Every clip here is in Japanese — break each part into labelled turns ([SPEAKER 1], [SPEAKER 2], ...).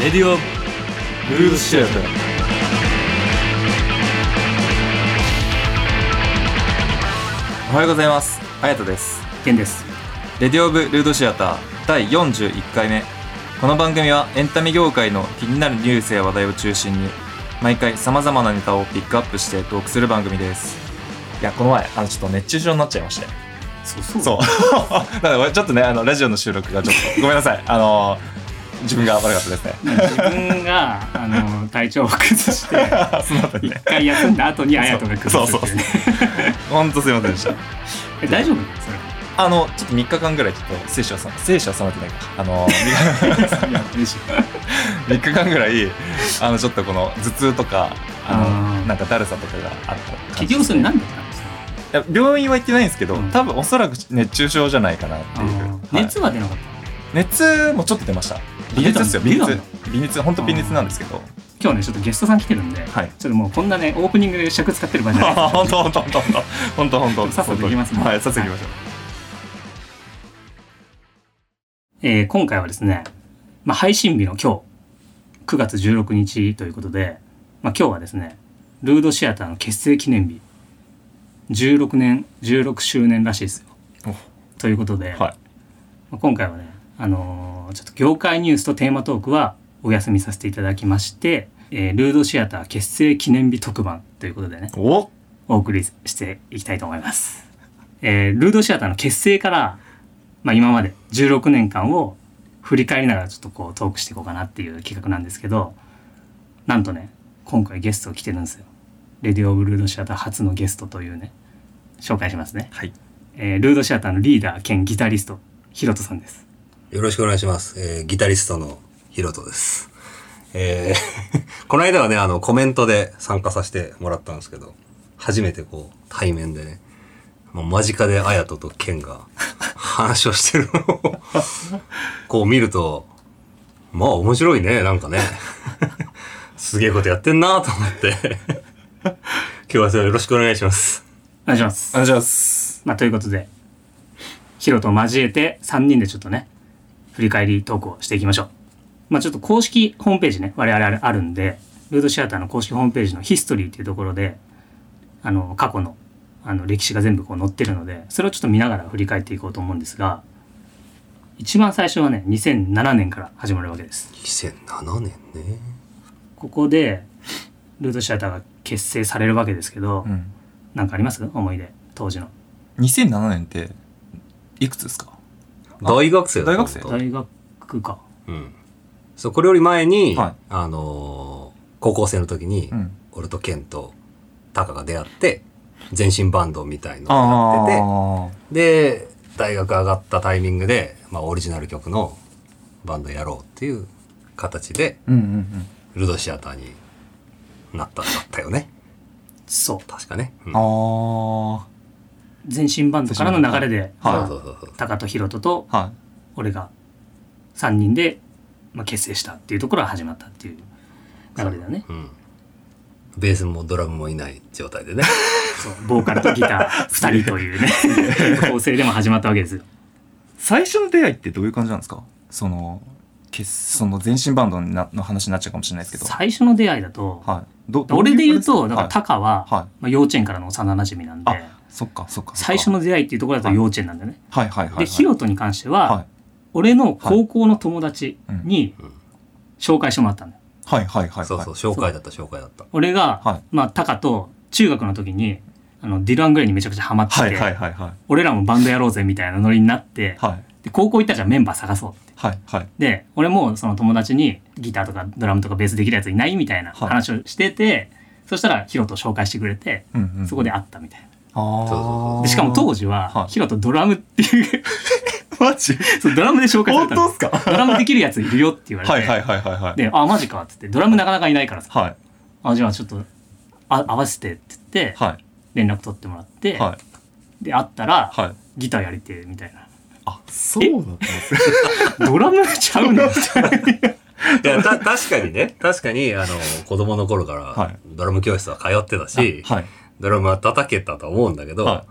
[SPEAKER 1] レディオブルースシアターおはようございますあやとです
[SPEAKER 2] ケンです。
[SPEAKER 1] レディオブルードシアター第41回目この番組はエンタメ業界の気になるニュースや話題を中心に毎回さまざまなネタをピックアップしてトークする番組ですいやこの前あのちょっと熱中症になっちゃいまして
[SPEAKER 2] そうそ
[SPEAKER 1] そう だからちょっとねあのラジオの収録がちょっとごめんなさいあの自分が悪かったですね
[SPEAKER 2] 自分があの体調を崩して
[SPEAKER 1] その後に
[SPEAKER 2] 一
[SPEAKER 1] ね
[SPEAKER 2] 回休んだ後にあやとが崩すっていうね。
[SPEAKER 1] ほんとすいませんでした
[SPEAKER 2] え大丈夫なんですか？
[SPEAKER 1] あのちょっと3日間ぐらいちょっと聖書はさ聖書はさまってないかあの
[SPEAKER 2] いや嬉しい。
[SPEAKER 1] 3日間ぐらいあのちょっとこの頭痛とかあ
[SPEAKER 2] あ
[SPEAKER 1] の
[SPEAKER 2] ー
[SPEAKER 1] なんかだるさとかがあった感
[SPEAKER 2] 結
[SPEAKER 1] じい
[SPEAKER 2] 局それなんだったんですか？
[SPEAKER 1] や病院は行ってないんですけど、
[SPEAKER 2] うん
[SPEAKER 1] 多分おそらく熱中症じゃないかなって
[SPEAKER 2] あ
[SPEAKER 1] いう、
[SPEAKER 2] の
[SPEAKER 1] はい
[SPEAKER 2] 熱は出なかった。
[SPEAKER 1] 熱もちょっと出ました微
[SPEAKER 2] 出
[SPEAKER 1] 熱で
[SPEAKER 2] た
[SPEAKER 1] すよ微
[SPEAKER 2] 出た
[SPEAKER 1] 熱微熱本当微熱なんですけど
[SPEAKER 2] 今日ねちょっとゲストさん来てるんで、
[SPEAKER 1] はい
[SPEAKER 2] ちょっともうこんなねオープニングで尺使ってる場合じゃない。
[SPEAKER 1] 本当本当本当本当本当
[SPEAKER 2] さっさと行きますね
[SPEAKER 1] はいさっさと行きましょう、
[SPEAKER 2] えー今回はですね、まあ、配信日の今日9月16日ということで、まあ、今日はですねルードシアターの結成記念日16年16周年らしいですよ。ということで、
[SPEAKER 1] はい
[SPEAKER 2] まあ今回はね、あのーちょっと業界ニュースとテーマトークはお休みさせていただきまして、えールードシアター結成記念日特番ということでね
[SPEAKER 1] お
[SPEAKER 2] お送りしていきたいと思います。えールードシアターの結成から、まあ、今まで16年間を振り返りながらちょっとこうトークしていこうかなっていう企画なんですけどなんとね今回ゲスト来てるんですよ。レディオ・ブ・ルードシアター初のゲストというね紹介しますね、
[SPEAKER 1] はい
[SPEAKER 2] えールードシアターのリーダー兼ギタリストヒロトさんです。
[SPEAKER 3] よろしくお願いします。えーギタリストのヒロトです。えー この間はね、あの、コメントで参加させてもらったんですけど、初めてこう、対面でね、もう間近で綾人とケンが話をしてるの を、こう見ると、まあ面白いね、なんかね。すげえことやってんなと思って。 今日はそれよろしくお願いします。
[SPEAKER 2] お願いします
[SPEAKER 1] お願いします
[SPEAKER 2] まあ、ということで、ヒロと交えて3人でちょっとね、振り返りトークをしていきましょう。まあ、ちょっと公式ホームページね、我々あるんで、ルードシアターの公式ホームページのヒストリーっていうところで、あの、過去の、あの、歴史が全部こう載ってるので、それをちょっと見ながら振り返っていこうと思うんですが、一番最初はね、2007年から始まるわけです。
[SPEAKER 3] 2007年ね。
[SPEAKER 2] ここで、ルードシアターが結成されるわけですけど、
[SPEAKER 1] うん
[SPEAKER 2] なんかあります思い出、当時の。
[SPEAKER 1] 2007年っていくつですか
[SPEAKER 3] 大学生だ
[SPEAKER 1] 大学生
[SPEAKER 3] 本当
[SPEAKER 2] 大学か。
[SPEAKER 3] うん。そう、これより前に、
[SPEAKER 1] はい
[SPEAKER 3] あのー高校生の時に、
[SPEAKER 1] うん
[SPEAKER 3] 俺とケンとタカが出会って、全身バンドみたいのをや
[SPEAKER 1] あ
[SPEAKER 3] ってて、で、大学上がったタイミングで、まあ、オリジナル曲のバンドやろうっていう形で、
[SPEAKER 1] あうんうんうん
[SPEAKER 3] ルドシアターになったんだったよね。
[SPEAKER 2] そう。
[SPEAKER 3] 確かね。うん
[SPEAKER 1] あ
[SPEAKER 2] 全身バンドからの流れで、
[SPEAKER 1] はい
[SPEAKER 3] そうそうそうそう。
[SPEAKER 2] 高とヒロトと
[SPEAKER 1] あは
[SPEAKER 2] 俺が3人で、まあ、結成したっていうところが始まったっていう流れだね
[SPEAKER 3] うん。ベースもドラムもいない状態でね。
[SPEAKER 2] そうボーカルとギター2 人というね構成でも始まったわけですよ
[SPEAKER 1] い最初の出会いってどういう感じなんですかそのけその全身バンドになの話になっちゃうかもしれないですけど
[SPEAKER 2] 最初の出会いだと、
[SPEAKER 1] はいどど
[SPEAKER 2] 俺で言う
[SPEAKER 1] い
[SPEAKER 2] と
[SPEAKER 1] 感じ
[SPEAKER 2] だから
[SPEAKER 1] です
[SPEAKER 2] タカは、
[SPEAKER 1] はい、はい、
[SPEAKER 2] まあ、幼稚園からの幼馴染なんで
[SPEAKER 1] あそっかそっかそっか
[SPEAKER 2] 最初の出会いっていうところだと幼稚園なんだよね、
[SPEAKER 1] はいはいはい
[SPEAKER 2] でヒロトに関しては、
[SPEAKER 1] はい
[SPEAKER 2] 俺の高校の友達に
[SPEAKER 3] うん
[SPEAKER 2] 紹介してもらったんだよ
[SPEAKER 1] はいはいはいはい
[SPEAKER 3] そうそう、紹介だった、紹介だった。
[SPEAKER 2] 俺が、
[SPEAKER 1] はい
[SPEAKER 2] まあ、タカと中学の時に、あの、ディラン・グレイにめちゃくちゃハマってて、
[SPEAKER 1] はいはいはいはい
[SPEAKER 2] 俺らもバンドやろうぜみたいなノリになって、
[SPEAKER 1] はい
[SPEAKER 2] で、高校行ったじゃんメンバー探そうって。
[SPEAKER 1] はいはい
[SPEAKER 2] で、俺もその友達にギターとかドラムとかベースできるやついないみたいな
[SPEAKER 1] はい
[SPEAKER 2] 話をしてて、そしたらヒロと紹介してくれて、
[SPEAKER 1] うんうん
[SPEAKER 2] そこで会ったみたい
[SPEAKER 1] あ
[SPEAKER 3] そうそうそ
[SPEAKER 1] あ
[SPEAKER 3] う
[SPEAKER 2] な。でしかも当
[SPEAKER 1] 時
[SPEAKER 2] 時は、
[SPEAKER 1] はい
[SPEAKER 2] ヒロとドラムっていう、
[SPEAKER 1] マ ジ
[SPEAKER 2] そうドラムで紹介され
[SPEAKER 1] 本
[SPEAKER 2] た
[SPEAKER 1] 当
[SPEAKER 2] の
[SPEAKER 1] っ。すかは
[SPEAKER 2] ドラムできるやついるよって言われ
[SPEAKER 1] い
[SPEAKER 2] て、
[SPEAKER 1] はいはいはいはい
[SPEAKER 2] で、あ、マジかってって、ドラムなかなかいないからさ、
[SPEAKER 1] はい
[SPEAKER 2] あ、じゃあちょっと、あ合わせてって言って、
[SPEAKER 1] は
[SPEAKER 2] 連絡取ってもらって、
[SPEAKER 1] いはい
[SPEAKER 2] で会ったら、
[SPEAKER 1] はい
[SPEAKER 2] ギターやりてえみたいな
[SPEAKER 1] あそうだったんですね
[SPEAKER 2] ドラムちゃうのみたいない
[SPEAKER 3] や、た、 確かにね、確かに、あの、子供の頃か
[SPEAKER 1] は
[SPEAKER 3] ら
[SPEAKER 1] い、
[SPEAKER 3] ドラム教室は通ってたし、
[SPEAKER 1] はい
[SPEAKER 3] ドラムは叩けたと思うんだけど、
[SPEAKER 1] はい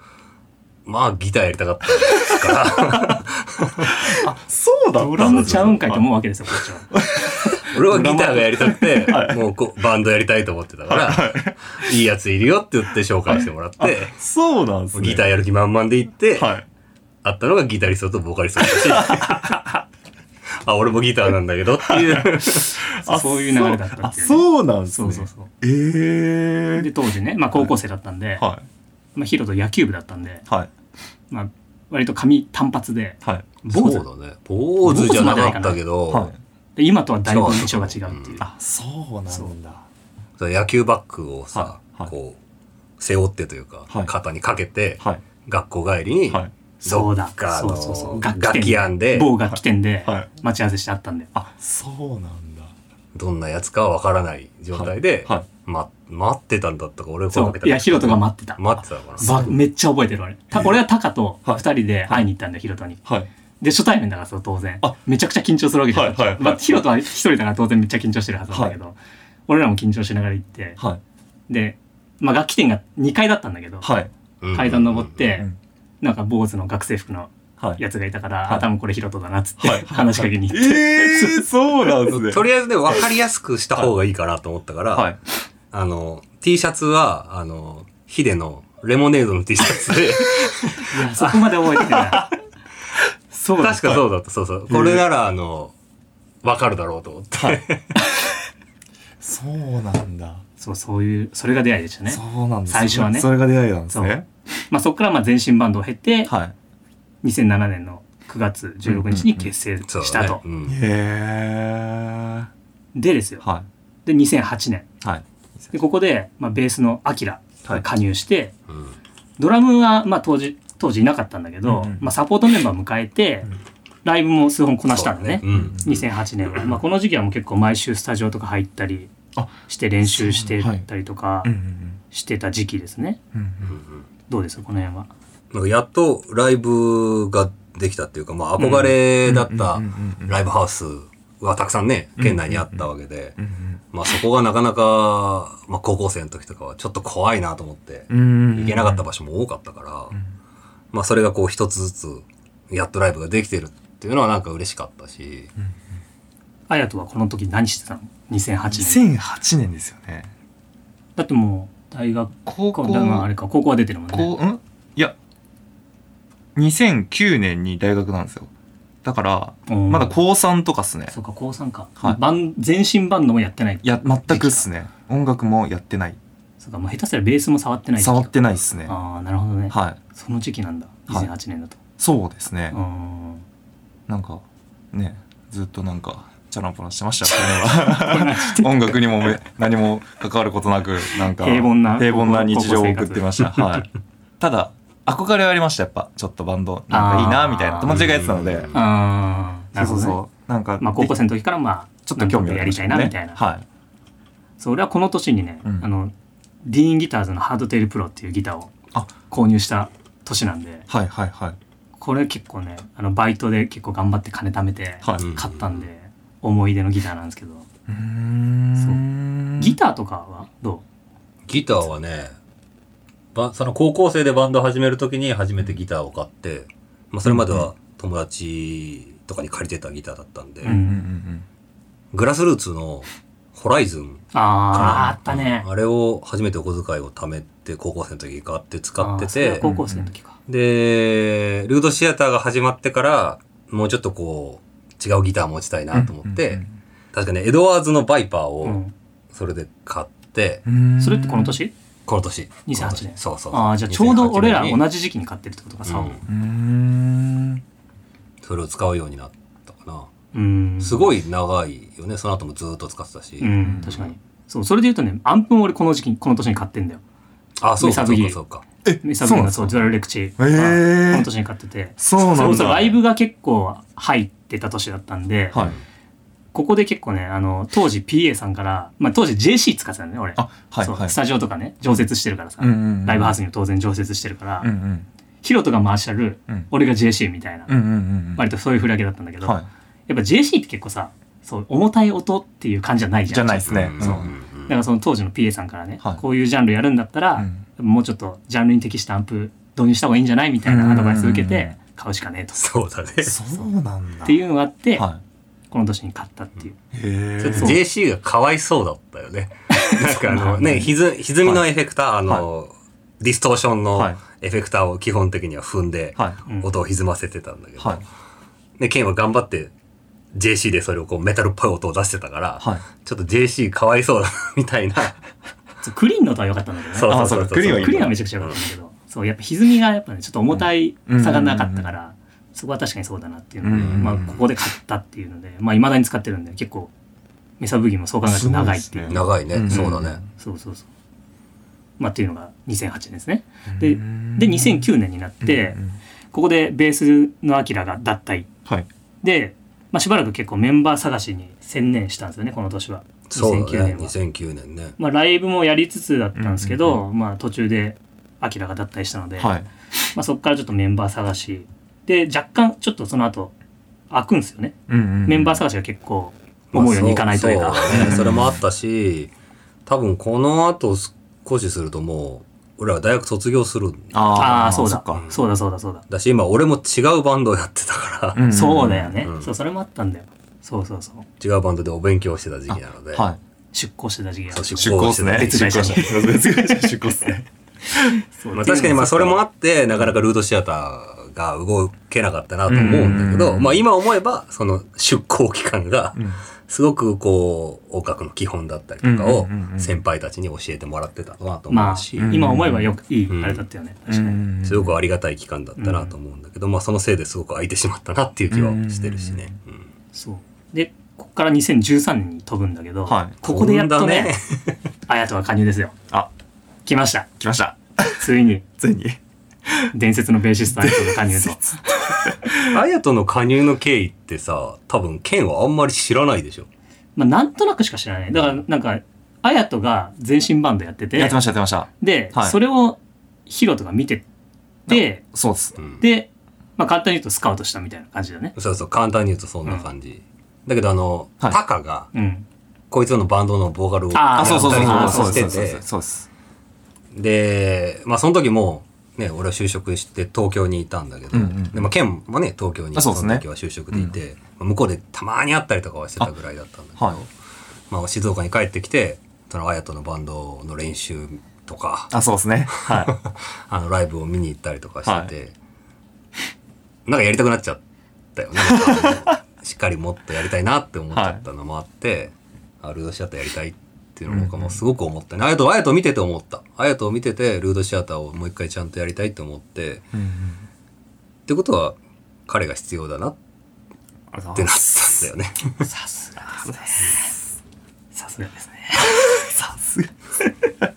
[SPEAKER 3] まあ、ギターやりたかったですから、
[SPEAKER 1] そうだったんですね
[SPEAKER 2] ドラムちゃうんかいと思うわけですよこっちは
[SPEAKER 3] 俺はギターがやりたくて、もうこうバンドやりたいと思ってたから、い、いやついるよって言って紹介してもらって、
[SPEAKER 1] そうなんです
[SPEAKER 3] もう
[SPEAKER 1] ね。
[SPEAKER 3] ギターやる気満々で行って、
[SPEAKER 1] はい。
[SPEAKER 3] 会ったのがギタリストとボーカリストだ し、あ、俺もギターなんだけどっ ていう。
[SPEAKER 2] そうそういう流れだったっていうね
[SPEAKER 1] あ、そうなんです
[SPEAKER 2] そ
[SPEAKER 1] ね。
[SPEAKER 2] うそうそう。
[SPEAKER 1] ええ
[SPEAKER 2] で、当時ね、まあ高校生だったんで、
[SPEAKER 1] は
[SPEAKER 2] まあヒロと野球部だったんで
[SPEAKER 1] い。、はい。
[SPEAKER 2] まあ割と髪単発で、
[SPEAKER 1] はい。
[SPEAKER 2] 坊主
[SPEAKER 3] そうだね。坊主じゃなかったけど、
[SPEAKER 1] はい。
[SPEAKER 2] で今とはだいぶ印象が違うっていう。
[SPEAKER 1] あ、そうなんだ。
[SPEAKER 3] 野球バッグをさ
[SPEAKER 1] は、いはい
[SPEAKER 3] こう、背負ってというか、
[SPEAKER 1] はい
[SPEAKER 3] 肩にかけて、
[SPEAKER 1] はい。
[SPEAKER 3] 学校帰りに、
[SPEAKER 1] はい。
[SPEAKER 2] そうだ
[SPEAKER 3] どっかあ
[SPEAKER 2] そ
[SPEAKER 3] の
[SPEAKER 2] うそうそう
[SPEAKER 3] 楽
[SPEAKER 2] 楽器店
[SPEAKER 3] 器屋んで、
[SPEAKER 2] 某楽器店で
[SPEAKER 1] はい
[SPEAKER 2] 待ち合わせしてあったんで、
[SPEAKER 1] あ、そうなんだ。
[SPEAKER 3] どんなやつかはわからない状態で、
[SPEAKER 1] はい。
[SPEAKER 3] ま、待ってたんだったか、俺が声
[SPEAKER 2] そ
[SPEAKER 3] か
[SPEAKER 2] う
[SPEAKER 3] けた
[SPEAKER 2] いやヒロトが待ってた
[SPEAKER 3] 待ってたのかな。
[SPEAKER 2] ばめっちゃ覚えてる俺た俺はタカと
[SPEAKER 1] はい
[SPEAKER 2] 2人で会いに行ったんだよヒロトに
[SPEAKER 1] はい。
[SPEAKER 2] で初対面だからそう当然
[SPEAKER 1] あ
[SPEAKER 2] めちゃくちゃ緊張するわけじゃん、
[SPEAKER 1] はいはいはい
[SPEAKER 2] まあ、ヒロトは1人だから当然めっちゃ緊張してるはずなんだけど、俺らも緊張しながら行って
[SPEAKER 1] はい。
[SPEAKER 2] で、まあ、楽器店が2階だったんだけど、
[SPEAKER 1] はい。
[SPEAKER 3] うん
[SPEAKER 2] 階段登っ。て、
[SPEAKER 1] うん
[SPEAKER 2] なんか坊主の学生服の
[SPEAKER 1] はい。
[SPEAKER 2] やつがいたから、
[SPEAKER 1] はい
[SPEAKER 2] あ多分これヒロトだなっつって、
[SPEAKER 1] はい
[SPEAKER 2] 話しかけに行って、
[SPEAKER 1] ええー、そうなんで すね。
[SPEAKER 3] とりあえずね、わかりやすくした方がいいかなと思ったから、
[SPEAKER 1] はい。
[SPEAKER 3] あの、T シャツは、あの、ヒデのレモネードの T シャツ
[SPEAKER 2] い
[SPEAKER 3] で、
[SPEAKER 2] やそこまで覚えて ないそうだ
[SPEAKER 3] 確かそうだった、そうそう。これなら、あの、わかるだろうと思って。
[SPEAKER 1] そうなんだ。
[SPEAKER 2] そうそういうそれが出会いでしたね
[SPEAKER 1] そうなんです
[SPEAKER 2] 最初はね
[SPEAKER 1] それが出会いなんですね。
[SPEAKER 2] まあ、そこからまあ全身バンドを経て、
[SPEAKER 1] はい。
[SPEAKER 2] 2007年の9月16日に結成
[SPEAKER 3] そう
[SPEAKER 2] したと。
[SPEAKER 3] ねうん
[SPEAKER 1] へえ。
[SPEAKER 2] でですよ。
[SPEAKER 1] は
[SPEAKER 2] で、2008年。
[SPEAKER 1] い。はい。
[SPEAKER 2] で、ここで、まあ、ベースのアキラ
[SPEAKER 1] は
[SPEAKER 2] が
[SPEAKER 1] い
[SPEAKER 2] 加入して、
[SPEAKER 3] うん
[SPEAKER 2] ドラムは、まあ、当時、当時いなかったんだけど、
[SPEAKER 1] うんうん
[SPEAKER 2] まあ、サポートメンバーを迎えて
[SPEAKER 1] うん、
[SPEAKER 2] ライブも数本こなしたんだね。
[SPEAKER 3] そうだうん
[SPEAKER 2] 2008年は。まあ、この時期はもう結構毎週スタジオとか入ったり
[SPEAKER 1] あ
[SPEAKER 2] して練習してたりとか
[SPEAKER 1] ん
[SPEAKER 2] してた時期ですね。
[SPEAKER 1] うんうん。うん
[SPEAKER 3] う
[SPEAKER 1] うん
[SPEAKER 3] うんん
[SPEAKER 2] どうですか、この辺は。
[SPEAKER 3] なんかやっとライブができたっていうか、まあ憧れだった
[SPEAKER 1] うんうんうんうん
[SPEAKER 3] ライブハウスはたくさんね、県内にあったわけで、
[SPEAKER 1] うん
[SPEAKER 3] まあそこがなかなか、まあ高校生の時とかはちょっと怖いなと思って、
[SPEAKER 1] うん。
[SPEAKER 3] 行けなかった
[SPEAKER 1] 場
[SPEAKER 3] 場所も多かったから、
[SPEAKER 1] ん
[SPEAKER 3] まあそれがこう一つずつ、やっとライブができてるっていうのはなんか嬉しかったし、
[SPEAKER 2] あやとはこの時何してたの ?2008 年。
[SPEAKER 1] 2008年ですよね。
[SPEAKER 2] だってもう大学
[SPEAKER 1] 高
[SPEAKER 2] 高校あれか高校は出てるもんね
[SPEAKER 1] こう、んいや、2009年に大学なんですよ。だから、
[SPEAKER 2] うん
[SPEAKER 1] まだ高3とかっすね。
[SPEAKER 2] そうか高三か、
[SPEAKER 1] はい
[SPEAKER 2] バン全身バンドもやってない
[SPEAKER 1] いや、全くっすね。音楽もやってない。
[SPEAKER 2] そうかもう下手したらベースも触ってない
[SPEAKER 1] 触って
[SPEAKER 2] な
[SPEAKER 1] な
[SPEAKER 2] い
[SPEAKER 1] いっすね。
[SPEAKER 2] ああなるほどね、
[SPEAKER 1] はい。
[SPEAKER 2] その時期なんだ
[SPEAKER 1] はい
[SPEAKER 2] 2008年だと、
[SPEAKER 1] そうですね
[SPEAKER 2] う。ん
[SPEAKER 1] なんか、ね、ずっとなんか、チャランポランしてましたよ、ね、 音楽にもめ何も関わることなく、なんか、
[SPEAKER 2] 平凡な
[SPEAKER 1] 平凡な
[SPEAKER 2] 高校
[SPEAKER 1] 日常を送ってました。はい。ただ、憧れはありました、やっぱ。ちょっとバンド、なんかいいな、みたいな。友達がやってたので。
[SPEAKER 2] ああな
[SPEAKER 1] そう
[SPEAKER 2] る
[SPEAKER 1] そ
[SPEAKER 2] ほ
[SPEAKER 1] う
[SPEAKER 2] ど、
[SPEAKER 1] そ
[SPEAKER 2] ね、
[SPEAKER 1] う。なんか、
[SPEAKER 2] まあ高校生の時からまあ
[SPEAKER 1] ちょっと興味が
[SPEAKER 2] なんと
[SPEAKER 1] あ
[SPEAKER 2] や
[SPEAKER 1] りま
[SPEAKER 2] り
[SPEAKER 1] したた
[SPEAKER 2] い
[SPEAKER 1] ね
[SPEAKER 2] なみたいな、
[SPEAKER 1] はい。
[SPEAKER 2] そう俺はこの年にね、
[SPEAKER 1] うん
[SPEAKER 2] あのディーンギターズのハードテールプロっていうギターを
[SPEAKER 1] あ
[SPEAKER 2] 購入した年なんで
[SPEAKER 1] はいはいはい。
[SPEAKER 2] これ結構ねあのバイトで結構頑張って金貯めて
[SPEAKER 1] はい
[SPEAKER 3] うん
[SPEAKER 2] 買ったんで、思い出のギターなんですけど、
[SPEAKER 1] うーん
[SPEAKER 2] ギターとかはど
[SPEAKER 3] ギターはね、ばその高校生でバンド始めるときに初めてギターを買って、まあそれまでは友達とかに借りてたギターだったんで、
[SPEAKER 2] う、う
[SPEAKER 1] うんうん
[SPEAKER 2] ん
[SPEAKER 1] うん。
[SPEAKER 3] グラスルーツのホライズン
[SPEAKER 2] あーあったね。
[SPEAKER 3] あれを初めてお小遣いを貯めて高校生の時に買って使って
[SPEAKER 2] あーそれは
[SPEAKER 3] て、
[SPEAKER 2] 高校生の時か。
[SPEAKER 3] で、ルードシアターが始まってから、もうちょっとこう、違うギター持ちたいなと思って、確かね、エドワーズのバイパー
[SPEAKER 2] う
[SPEAKER 3] を
[SPEAKER 2] ん。
[SPEAKER 3] それで買って、
[SPEAKER 1] うん、
[SPEAKER 2] それってこの年
[SPEAKER 3] この年。
[SPEAKER 2] 2008年
[SPEAKER 3] このそうそう。
[SPEAKER 2] ああ、じゃあちょうど俺ら
[SPEAKER 3] 2008年に
[SPEAKER 2] 同じ時期に買ってるってことかさ。
[SPEAKER 3] うん
[SPEAKER 1] うーん。
[SPEAKER 3] それを使うようになったかな。
[SPEAKER 2] うん。
[SPEAKER 3] す
[SPEAKER 2] い。
[SPEAKER 3] ごい長いよね。その後もずーっと使ってたし。
[SPEAKER 2] うん、確かに。そう、それで言うとね、アンプも俺この時期に、この年に買ってんだよ。
[SPEAKER 3] あ、そうか、
[SPEAKER 2] 三
[SPEAKER 3] そう
[SPEAKER 2] 崎
[SPEAKER 3] か、そうか。
[SPEAKER 1] え
[SPEAKER 2] メサブ
[SPEAKER 1] なん
[SPEAKER 2] の
[SPEAKER 1] です
[SPEAKER 2] そ
[SPEAKER 1] か
[SPEAKER 2] う、ジュラルレクチ
[SPEAKER 1] へー
[SPEAKER 2] この年に買ってて。
[SPEAKER 1] そうなんだ。
[SPEAKER 2] それこそライブが結構入ってた年だったんで、
[SPEAKER 1] はい。
[SPEAKER 2] ここで結構ね、あの、当時 PA さんから、まあ当時 JC 使ってたんだね、俺。
[SPEAKER 1] あ、はい
[SPEAKER 2] そう
[SPEAKER 1] はい
[SPEAKER 2] ス。タジオとかね、常設してるからさ。
[SPEAKER 1] うんうんうん
[SPEAKER 2] ライブハウスにも当然常設してるから、
[SPEAKER 1] うんうん。
[SPEAKER 2] ヒロトがマーシャル、
[SPEAKER 1] うん
[SPEAKER 2] 俺が JC みたいな、
[SPEAKER 1] うんうんうん。
[SPEAKER 2] 割とそういう振り分けだったんだけど、
[SPEAKER 1] はい。
[SPEAKER 2] やっぱ JC って結構さそう重たい音っていう感じじゃないじゃん
[SPEAKER 1] じゃないですね。
[SPEAKER 3] ん
[SPEAKER 1] そうん
[SPEAKER 2] だからその当時の PA さんからね、
[SPEAKER 1] はい
[SPEAKER 2] こういうジャンルやるんだったら、もうちょっとジャンルに適したアンプ導入した方がいいんじゃないみたいなアドバイスを受け
[SPEAKER 1] うんうんうん
[SPEAKER 2] て買うしかねえと
[SPEAKER 3] そうだね。
[SPEAKER 1] そうなんだ。
[SPEAKER 2] っていうのがあって、
[SPEAKER 1] は
[SPEAKER 2] この年に買ったっていう。
[SPEAKER 1] へ
[SPEAKER 3] ちょっと JC がかわいそうだったよね。なんかあ
[SPEAKER 2] そうな
[SPEAKER 3] の
[SPEAKER 2] んだ
[SPEAKER 3] ね、ひず歪みのエフェクター、あの、ディストーションの
[SPEAKER 1] はい
[SPEAKER 3] エフェクターを基本的には踏んで、
[SPEAKER 1] は
[SPEAKER 2] うん
[SPEAKER 3] 音を歪ませてたんだ
[SPEAKER 1] い
[SPEAKER 3] けど、
[SPEAKER 1] はい
[SPEAKER 3] で、ケンは頑張って、JC でそれをこうメタルっぽい音を出してたから、
[SPEAKER 1] はい
[SPEAKER 3] ちょっと JC かわいそうだなみたいな。
[SPEAKER 2] そうクリーンの音は良かったんだけどね。
[SPEAKER 3] そうそう
[SPEAKER 1] あそ
[SPEAKER 3] そうう
[SPEAKER 1] かクリーンはいい
[SPEAKER 2] クリーンはめちゃくちゃ良かったんだけど、そう、やっぱ歪みがやっぱね、ちょっと重たい差がなかったから、そこは確かにそうだなっていうので、
[SPEAKER 1] うん
[SPEAKER 2] まあ、ここで買ったっていうので、まあ、未だに使ってるんで、結構、ミサブギもそう考えると長いってい
[SPEAKER 1] すご
[SPEAKER 2] う。
[SPEAKER 1] いですね
[SPEAKER 3] 長いね、
[SPEAKER 1] うん
[SPEAKER 3] そうだね。
[SPEAKER 2] そうそうそう。まあ、っていうのが2008年ですね。
[SPEAKER 1] う
[SPEAKER 2] で、で
[SPEAKER 1] ん
[SPEAKER 2] 2009年になって、
[SPEAKER 1] うんうん
[SPEAKER 2] ここでベースのアキラが脱退。
[SPEAKER 1] はい
[SPEAKER 2] で、まあ、しばらく結構メンバー探しに専念したんですよね、この年は。
[SPEAKER 3] そうだ
[SPEAKER 2] 2009
[SPEAKER 3] ね
[SPEAKER 2] 年。は。
[SPEAKER 3] 2009年ね。
[SPEAKER 2] まあ、ライブもやりつつだったんですけど、
[SPEAKER 1] うんう
[SPEAKER 2] まあ、途中でアキラが脱退したので、
[SPEAKER 1] はい
[SPEAKER 2] まあ、そこからちょっとメンバー探しで若干ちょっとその後開くんですよね、メ
[SPEAKER 1] メ
[SPEAKER 2] ンバー探しが結構思うようにいかないというか、
[SPEAKER 3] まあそうそうだね、それもあったし、多分この後少しするともう、俺は大学卒業するんだ
[SPEAKER 2] あ
[SPEAKER 1] あ
[SPEAKER 2] あ
[SPEAKER 1] あ
[SPEAKER 2] そう
[SPEAKER 1] そ
[SPEAKER 2] だ
[SPEAKER 1] っか
[SPEAKER 2] そうだそうだそうだ、
[SPEAKER 3] だし、今俺も違うバンドをやってたから、
[SPEAKER 1] んん
[SPEAKER 2] そうだよね、
[SPEAKER 3] うん
[SPEAKER 2] そうそれもあったんだよそうそうそう
[SPEAKER 3] 違うバンドでお勉強してた時期なので、
[SPEAKER 1] は
[SPEAKER 2] 出向してた時期が
[SPEAKER 3] そう
[SPEAKER 1] い
[SPEAKER 3] 出
[SPEAKER 1] 出向
[SPEAKER 3] 向
[SPEAKER 1] っ
[SPEAKER 3] し
[SPEAKER 1] す
[SPEAKER 3] てた
[SPEAKER 1] ね
[SPEAKER 3] 時
[SPEAKER 2] 別
[SPEAKER 3] 期
[SPEAKER 2] 会社に
[SPEAKER 1] 別会社に出向っすね
[SPEAKER 2] そう
[SPEAKER 3] まあ、確かにまあそれもあって、なかなかルードシアターが動けなかったなと思うんだけ
[SPEAKER 1] う
[SPEAKER 3] ど、
[SPEAKER 1] ん
[SPEAKER 3] まあ今思えば、その出向期間が
[SPEAKER 1] うん、
[SPEAKER 3] すごくこう、音楽の基本だったりとか
[SPEAKER 1] う
[SPEAKER 3] を
[SPEAKER 1] んうんうんうん先
[SPEAKER 3] 先輩たちに教えてもらってたなと
[SPEAKER 2] ま
[SPEAKER 3] 思
[SPEAKER 2] あ
[SPEAKER 3] うし、
[SPEAKER 1] うん
[SPEAKER 2] 今思えばよくいい
[SPEAKER 3] うん
[SPEAKER 2] あれだったよね、
[SPEAKER 1] う
[SPEAKER 2] 確かに、
[SPEAKER 1] ん
[SPEAKER 3] すごくありがたい期間だったなと思うんだけど、まあそのせいですごく空いてしまったなっていう気はしてるしね。うん
[SPEAKER 2] そうでここから2013年に飛ぶんだけど、
[SPEAKER 1] はい
[SPEAKER 2] ここでやっと
[SPEAKER 3] 飛んだ
[SPEAKER 2] ねあやとは加入ですよ
[SPEAKER 1] あ
[SPEAKER 2] 来ました
[SPEAKER 1] 来ました
[SPEAKER 2] ついに
[SPEAKER 1] ついに
[SPEAKER 2] 伝説のベーシストアイトが加入 と。
[SPEAKER 3] あやとの加入の経緯ってさ、多分、ケンはあんまり知らないでしょ。
[SPEAKER 2] まあ、なんとなくしか知らない。だから、なんか、あやとが全身バンドやってて、
[SPEAKER 1] やってましたやってました
[SPEAKER 2] で、
[SPEAKER 1] はい
[SPEAKER 2] それをヒロトが見てて、
[SPEAKER 1] そうっす
[SPEAKER 3] うん
[SPEAKER 2] で、まあ、簡単に言うとスカウトしたみたいな感じだね。
[SPEAKER 3] そうそう、簡単に言うとそんな感じ。だけどあの、
[SPEAKER 1] はい
[SPEAKER 3] タカが、
[SPEAKER 2] うん。
[SPEAKER 3] こいつのバンドのボーカルを
[SPEAKER 2] あー
[SPEAKER 1] あそうそうそう
[SPEAKER 2] あ
[SPEAKER 3] や
[SPEAKER 2] ー
[SPEAKER 3] ったり
[SPEAKER 1] そうそ
[SPEAKER 3] とか
[SPEAKER 1] うそう
[SPEAKER 3] し
[SPEAKER 1] そう
[SPEAKER 3] てて
[SPEAKER 1] そうです
[SPEAKER 3] でまあその時もね俺は就職して東京にいたんだけど、
[SPEAKER 1] うんうん
[SPEAKER 3] でもケンもね東京に
[SPEAKER 1] あそうですね
[SPEAKER 3] の時は就職でいて、まあ向こうでたまに会ったりとかはしてたぐらいだったんだけど、
[SPEAKER 1] はい
[SPEAKER 3] まあ、静岡に帰ってきてそのあやとのバンドの練習とか
[SPEAKER 1] あそうですねはい
[SPEAKER 3] あのライブを見に行ったりとかしてて、なんかやりたくなっちゃった よね。なんかあのしっかりもっとやりたいなって思っちゃったのもあって、あルードシアターやりたいっていうのも僕もすごく思ったね。あやと、あやと見てて思った。あやとを見てて、ルードシアターをもう一回ちゃんとやりたいって思って、
[SPEAKER 1] うんうん
[SPEAKER 3] ってことは、彼が必要だなっ
[SPEAKER 1] ありがとうござ
[SPEAKER 3] て
[SPEAKER 1] い
[SPEAKER 3] な
[SPEAKER 1] ま
[SPEAKER 3] った
[SPEAKER 1] す
[SPEAKER 3] んだよね。
[SPEAKER 2] さすがですね。さすがですね。
[SPEAKER 1] さすが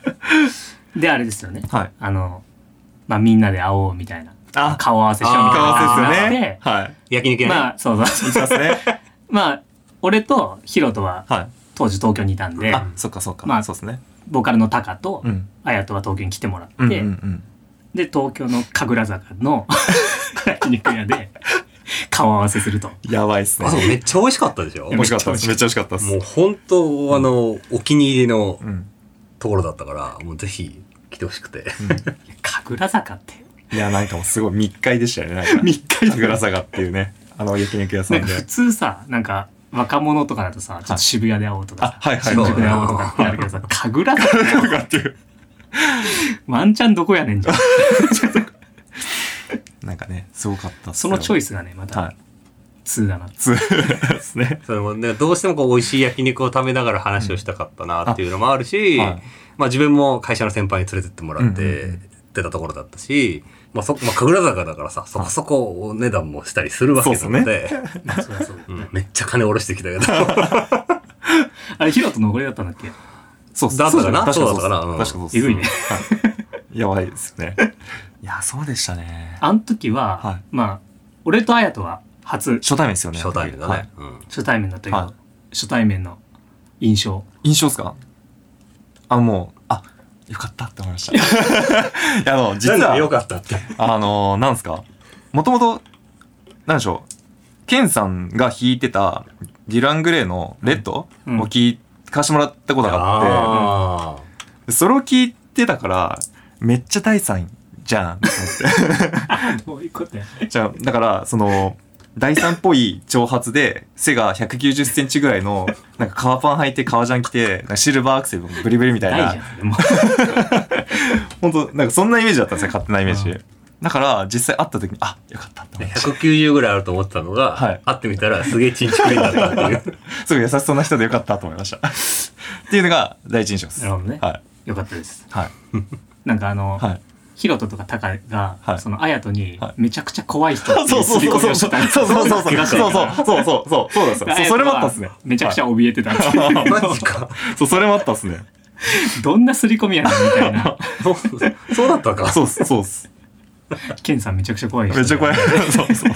[SPEAKER 2] で、あれですよね。
[SPEAKER 1] はい
[SPEAKER 2] あの、まあ、みんなで会おうみたいな。
[SPEAKER 1] あ
[SPEAKER 2] 顔合わせしようみたいな
[SPEAKER 1] 顔合わ
[SPEAKER 2] 感
[SPEAKER 1] せですよ
[SPEAKER 2] じになっ
[SPEAKER 1] ね
[SPEAKER 2] て、
[SPEAKER 1] はい
[SPEAKER 3] 焼肉屋ね。
[SPEAKER 2] まあ、そうそう。
[SPEAKER 1] そうですね
[SPEAKER 2] まあ、俺とヒロトは
[SPEAKER 1] は
[SPEAKER 2] 当時東京にいたん
[SPEAKER 1] い
[SPEAKER 2] で、
[SPEAKER 1] あそっかそっか
[SPEAKER 2] まあ
[SPEAKER 1] そうですね
[SPEAKER 2] ボーカルのタカと
[SPEAKER 1] うん
[SPEAKER 2] あやとは東京に来てもらって、
[SPEAKER 1] うんうんうん
[SPEAKER 2] で東京の神楽坂の 焼肉屋で顔合わせすると
[SPEAKER 1] やばいっすね
[SPEAKER 3] あそうめっちゃ美味しかったでしょ
[SPEAKER 1] 美味しかったですめっちゃ美味しかったです
[SPEAKER 3] もう本当、あの、お気に入りの
[SPEAKER 1] うん
[SPEAKER 3] ところだったから、もうぜひ来てほしくて。
[SPEAKER 2] 神楽坂って
[SPEAKER 1] いや、なんかもうすごい密会でしたよね。なんか密会神楽坂っていうね、あの焼肉屋さ
[SPEAKER 2] なん
[SPEAKER 1] ん
[SPEAKER 2] か
[SPEAKER 1] で
[SPEAKER 2] 普。通さなんか若者とかだとさちょっと渋谷で会おうとか
[SPEAKER 1] あ、
[SPEAKER 2] さ、
[SPEAKER 1] はいはい。
[SPEAKER 3] 新
[SPEAKER 2] 新宿で会おうとかってなるけど さ神楽坂って
[SPEAKER 1] とかっていう。
[SPEAKER 2] ワンチャンどこやねんじゃん
[SPEAKER 1] なんかね、すごかったっす
[SPEAKER 2] そのチョイ
[SPEAKER 1] ス。
[SPEAKER 2] スがねま
[SPEAKER 1] は
[SPEAKER 2] た
[SPEAKER 1] い。
[SPEAKER 2] 通だな、
[SPEAKER 1] つですね。
[SPEAKER 3] それもね、どうしてもこう美味しい焼肉を食べながら話をしたかったなっていうのもあるし、
[SPEAKER 1] うんあはい
[SPEAKER 3] まあ自分も会社の先輩に連れてってもらっ
[SPEAKER 1] うんうんう
[SPEAKER 3] て、出たところだったし、まあそ、まあ、神楽坂だからさ、そこそこお値段もしたりするわけなので、
[SPEAKER 2] まあ、そりゃそうだよ
[SPEAKER 3] う
[SPEAKER 2] ね
[SPEAKER 3] んめっちゃ金下ろしてき たけど、
[SPEAKER 2] あれヒロトのおごりだったんだっけ
[SPEAKER 1] そうっす
[SPEAKER 3] だったか
[SPEAKER 1] そう
[SPEAKER 3] な
[SPEAKER 1] っす
[SPEAKER 3] そうだったかなう
[SPEAKER 1] 確
[SPEAKER 3] ん
[SPEAKER 1] かそうっす
[SPEAKER 2] えぐいね。
[SPEAKER 1] はいやばいですね。いや、そうでしたね。
[SPEAKER 2] あの時は、
[SPEAKER 1] はい
[SPEAKER 2] まあ俺とあやとは初
[SPEAKER 1] 初対面ですよね。
[SPEAKER 3] 初対面だ
[SPEAKER 1] は
[SPEAKER 3] ね
[SPEAKER 1] い。。
[SPEAKER 3] うん
[SPEAKER 2] 初対面だったけど、
[SPEAKER 1] はい
[SPEAKER 2] 初対面の印象
[SPEAKER 1] 印象っすかあ、もう、あ、よかったって思いま した。いや、あの、実
[SPEAKER 3] なん
[SPEAKER 1] は
[SPEAKER 3] で、よかったって。
[SPEAKER 1] あのー、なんですかもともと、なんでしょう。ケンさんが弾いてたディラン・グレーのレッドを
[SPEAKER 2] うん
[SPEAKER 1] 聞いかしてもらったことがあっ
[SPEAKER 3] あ
[SPEAKER 1] て、それを聞いてたから、めっ ちゃ第三じゃん。
[SPEAKER 2] どういうことや
[SPEAKER 1] じゃあ、だから、その、第三っぽい長髪で、背が190センチぐらいの、なんか革パン履いて革ジャン着て、なんかシルバーアクセルもブリブリみたい
[SPEAKER 2] ないじ
[SPEAKER 1] な、
[SPEAKER 2] ゃん。でも
[SPEAKER 1] 本当なんかそんなイメージだったんですよ、勝手なイメージ。だから、実際会った時に、あ、よかったって思って。
[SPEAKER 3] 190ぐらいあると思ってたのが、
[SPEAKER 1] はい
[SPEAKER 3] 会ってみたらすげえチンチクリンだったっ ていう。
[SPEAKER 1] すごい優しそうな人でよかったと思いました。 っていうのが第一印象です。
[SPEAKER 2] なるほどね
[SPEAKER 1] はい。
[SPEAKER 2] よかったです。
[SPEAKER 1] はい。
[SPEAKER 2] なんかあの、
[SPEAKER 1] はい。
[SPEAKER 2] ヒロトとかタカが、
[SPEAKER 1] はい
[SPEAKER 2] そのアヤトに
[SPEAKER 1] はい
[SPEAKER 2] めちゃくちゃ怖い人って
[SPEAKER 1] そうそうそうそう。そうそうそうそう。そうそうそう。そうそうそう。そうですよそうそれもあったっすね。
[SPEAKER 2] めちゃくちゃ
[SPEAKER 1] は
[SPEAKER 2] 怯えてたっていう。
[SPEAKER 1] い
[SPEAKER 3] マジ か。
[SPEAKER 1] そう、それもあったっすね。
[SPEAKER 2] どんな刷り込みやねんみた いな。
[SPEAKER 3] そうそうだったか。
[SPEAKER 1] そうっす、そうっす。
[SPEAKER 2] ケンさ んめちゃくちゃ怖い人。
[SPEAKER 1] めっちゃ怖い。そうそうそう。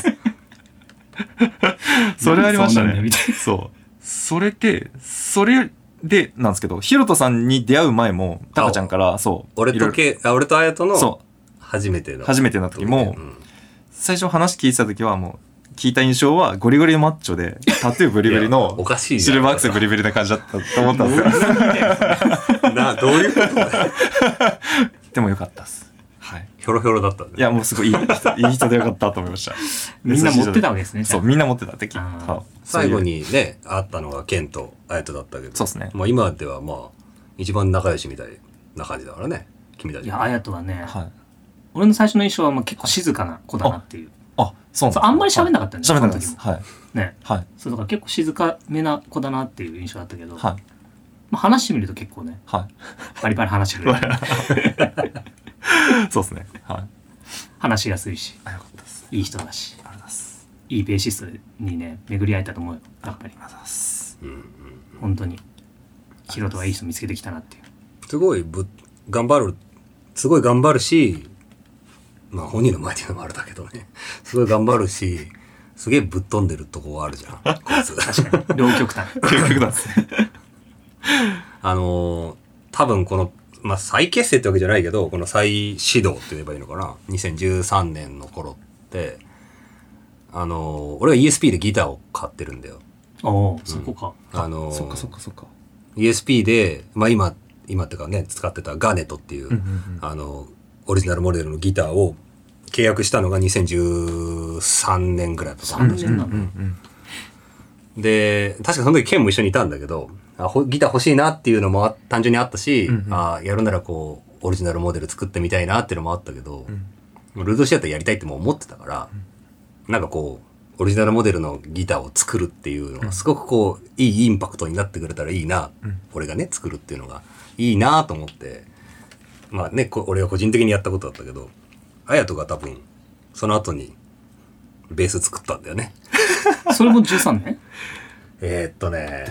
[SPEAKER 1] それありました
[SPEAKER 2] なんでそうなんだよ
[SPEAKER 1] ね
[SPEAKER 2] みたい。
[SPEAKER 1] そう。それで、それで、なんですけど、ヒロトさんに出会う前も、タカちゃんから、そう。
[SPEAKER 3] 俺
[SPEAKER 1] いろい
[SPEAKER 3] と
[SPEAKER 1] ろ
[SPEAKER 3] け、あ、俺とあやとの
[SPEAKER 1] そう。
[SPEAKER 3] 初めての。
[SPEAKER 1] 初めての時も
[SPEAKER 3] ん
[SPEAKER 1] 最初話聞いてた時はもう聞いた印象はゴリゴリマッチョでタトゥーブリブリ
[SPEAKER 3] いや
[SPEAKER 1] の
[SPEAKER 3] おかしいな
[SPEAKER 1] シルバーアクセルブリブリな感じだったと思ったんですよ
[SPEAKER 3] な、どういうことだよ
[SPEAKER 1] でもよかったっすはい
[SPEAKER 3] ひょろひょろだったん
[SPEAKER 1] い
[SPEAKER 3] だよ。
[SPEAKER 1] やもうすごいいい人いい人でよかったと思いました
[SPEAKER 2] みんな持ってたわけですね。
[SPEAKER 1] そうみんな持ってた敵
[SPEAKER 2] あー
[SPEAKER 1] はい
[SPEAKER 3] 最後にね、会ったのがケンとあやとだったけど。
[SPEAKER 1] そうっすね
[SPEAKER 3] もう今ではまあ、一番仲良しみたいな感じだからね。君た
[SPEAKER 2] い
[SPEAKER 3] ち。
[SPEAKER 2] や、アヤトはね、
[SPEAKER 1] はい
[SPEAKER 2] 俺の最初の印象はまあ結構静かな子だなっていう。
[SPEAKER 1] あそうなんです
[SPEAKER 2] そうあんまり喋んなかったん
[SPEAKER 1] ね
[SPEAKER 2] です
[SPEAKER 1] 喋んなかったですはい
[SPEAKER 2] ね。
[SPEAKER 1] はい
[SPEAKER 2] そうだから結構静かめな子だなっていう印象だったけど、
[SPEAKER 1] はい
[SPEAKER 2] まあ、話してみると結構ね、
[SPEAKER 1] は
[SPEAKER 2] バリバリ話 してくれる。
[SPEAKER 1] いそうですねはい
[SPEAKER 2] 話しやすいし、
[SPEAKER 1] あよかったです
[SPEAKER 2] いい人だ
[SPEAKER 1] あ
[SPEAKER 2] し、
[SPEAKER 1] りがとうございます
[SPEAKER 2] いいベーシストにね、巡り合えたと思うよ。やっ
[SPEAKER 1] あ
[SPEAKER 2] ぱり
[SPEAKER 1] り、がとうございます
[SPEAKER 3] うんうん
[SPEAKER 2] 本当に。ヒロトはいい人見つけてきたなっていう。
[SPEAKER 3] すごいぶ、頑張る、すごい頑張るし、まあ本人の前で言うのもあれだけどね。すごい頑張るし、すげえぶっ飛んでるとこはあるじゃん。こいつ。
[SPEAKER 2] 両極端。
[SPEAKER 1] 結局なんです ね
[SPEAKER 3] あのー多分この、まあ、再結成ってわけじゃないけど、この再始動って言えばいいのかな。2013年の頃って、あのー俺は ESP でギターを買ってるんだよ。
[SPEAKER 2] おお、そこか。
[SPEAKER 3] あのー
[SPEAKER 1] そっかそっかそっか
[SPEAKER 3] ESP で、まあ今、今っていうかね、使ってたガーネットっていう、
[SPEAKER 1] うんうんうん
[SPEAKER 3] あの、オリジナルモデルのギターを契約したのが2013年ぐらいだったか
[SPEAKER 2] 3
[SPEAKER 3] な。
[SPEAKER 2] 年な
[SPEAKER 1] うんう
[SPEAKER 2] の。
[SPEAKER 1] ん
[SPEAKER 3] で、確かその時ケンも一緒にいたんだけど、あほギター欲しいなっていうのもあ単純にあったし、
[SPEAKER 1] うんうん
[SPEAKER 3] あやるならこう、オリジナルモデル作ってみたいなっていうのもあったけど
[SPEAKER 1] う、ん
[SPEAKER 3] ルードシアターやりたいってもう思ってたから、なんかこう、オリジナルモデルのギターを作るっていうのは、すごくこう、いいインパクトになってくれたらいいな、
[SPEAKER 1] うん
[SPEAKER 3] 俺がね、作るっていうのが、いいなと思って、まあね、こ俺が個人的にやったことだったけど、あやとが多分、その後に、ベース作ったんだよね。
[SPEAKER 2] それも13年
[SPEAKER 3] えーっとね、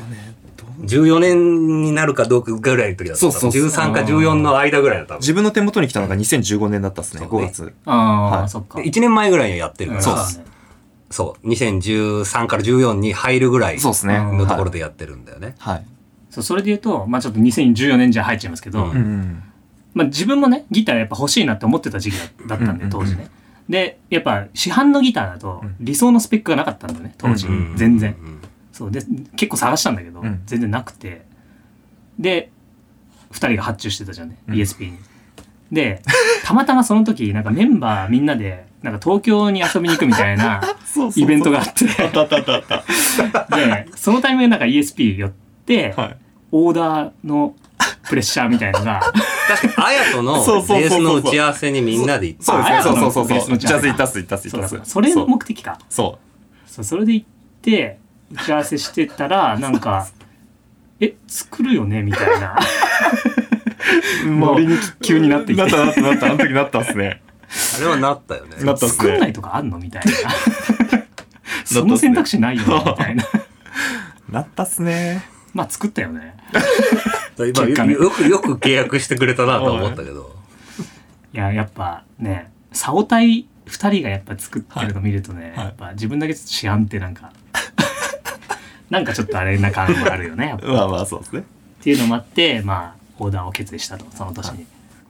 [SPEAKER 3] 14年になるかどうかぐらいの時だった。
[SPEAKER 1] そうそうそう
[SPEAKER 3] 13か14の間ぐらいだった。
[SPEAKER 1] 自分の手元に来たのが2015年だったっすね
[SPEAKER 3] そう
[SPEAKER 1] 5
[SPEAKER 3] ね
[SPEAKER 1] 月
[SPEAKER 2] あ
[SPEAKER 1] は
[SPEAKER 2] あ、
[SPEAKER 1] い
[SPEAKER 2] そっか。
[SPEAKER 3] 1年前ぐらいにやってるから、
[SPEAKER 1] そうっ
[SPEAKER 2] だ
[SPEAKER 1] す
[SPEAKER 2] ね。
[SPEAKER 3] そう。2013から14に入るぐらい
[SPEAKER 1] そうですね
[SPEAKER 2] うん
[SPEAKER 3] のところ
[SPEAKER 1] で
[SPEAKER 3] でやってるんだよね。
[SPEAKER 1] はい
[SPEAKER 2] そうそれで言うと、まあちょっと2014年じゃ入っちゃいますけど、
[SPEAKER 3] うん
[SPEAKER 1] うん
[SPEAKER 2] まあ自分もね、ギターやっぱ欲しいなって思ってた時期だだったんで、
[SPEAKER 1] うん
[SPEAKER 2] 当時ね。で、やっぱ市販のギターだと
[SPEAKER 1] うん
[SPEAKER 2] 理想のスペックがなかったんだね、当時。
[SPEAKER 1] うん
[SPEAKER 3] うん
[SPEAKER 2] 全然。
[SPEAKER 3] うん
[SPEAKER 2] そうで、結構探したんだけど、
[SPEAKER 1] うん
[SPEAKER 2] 全然なくて。で、2人が発注してたじゃんね、
[SPEAKER 1] うん
[SPEAKER 2] ESP に。で、たまたまその時、なんかメンバーみんなで、なんか東京に遊びに行くみたいな
[SPEAKER 1] そう
[SPEAKER 2] イベントがあって、
[SPEAKER 1] あったあったあったあった
[SPEAKER 2] で、そのタイミングでなんか ESP 寄って、
[SPEAKER 1] はい
[SPEAKER 2] オーダーのプレッシャーみたいの が、
[SPEAKER 3] 確かに、あやとのベ
[SPEAKER 1] そうそうそうそう
[SPEAKER 3] ースの打ち合わせにみんなで行って
[SPEAKER 1] そうですね
[SPEAKER 2] あ
[SPEAKER 1] そうそうそう
[SPEAKER 2] ベー
[SPEAKER 1] そ
[SPEAKER 2] スの
[SPEAKER 1] う
[SPEAKER 2] ジ
[SPEAKER 1] ジ
[SPEAKER 2] ャ
[SPEAKER 1] ャ
[SPEAKER 2] ズ
[SPEAKER 1] ズ
[SPEAKER 2] が
[SPEAKER 1] いたっすいたっすい
[SPEAKER 2] そ
[SPEAKER 1] た
[SPEAKER 2] うだ
[SPEAKER 1] っ
[SPEAKER 2] そ
[SPEAKER 1] す
[SPEAKER 2] うだそれの
[SPEAKER 1] そう
[SPEAKER 2] 目的か。
[SPEAKER 1] そ
[SPEAKER 2] そうそれで行って、打ち合わせしてたら、 なんか、え、作るよねみたいな。
[SPEAKER 1] う
[SPEAKER 2] もう
[SPEAKER 1] ノリに
[SPEAKER 2] 急になってきて
[SPEAKER 1] なったなったなったあの時なったっすね
[SPEAKER 3] あれはなったよね。
[SPEAKER 1] なったっす
[SPEAKER 2] 作んな
[SPEAKER 1] ね
[SPEAKER 2] いとかあんのみたい な。その選択肢ないよねみたいな。
[SPEAKER 1] なったっすね
[SPEAKER 2] まあ作ったよね。
[SPEAKER 3] 今
[SPEAKER 2] 結果ね
[SPEAKER 3] よく、よく契約してくれたなと思った けど。
[SPEAKER 2] いや、やっぱね、サオタイ2人がやっぱ作ってるの見るとね、
[SPEAKER 1] はい
[SPEAKER 2] やっぱ自分だけちょっと市販ってなんか、 なんかちょっとあれな感もあるよね、やっぱ
[SPEAKER 1] まあまあそうですね
[SPEAKER 2] っていうのもあって、まあ、オーダーを決意したと、その年に。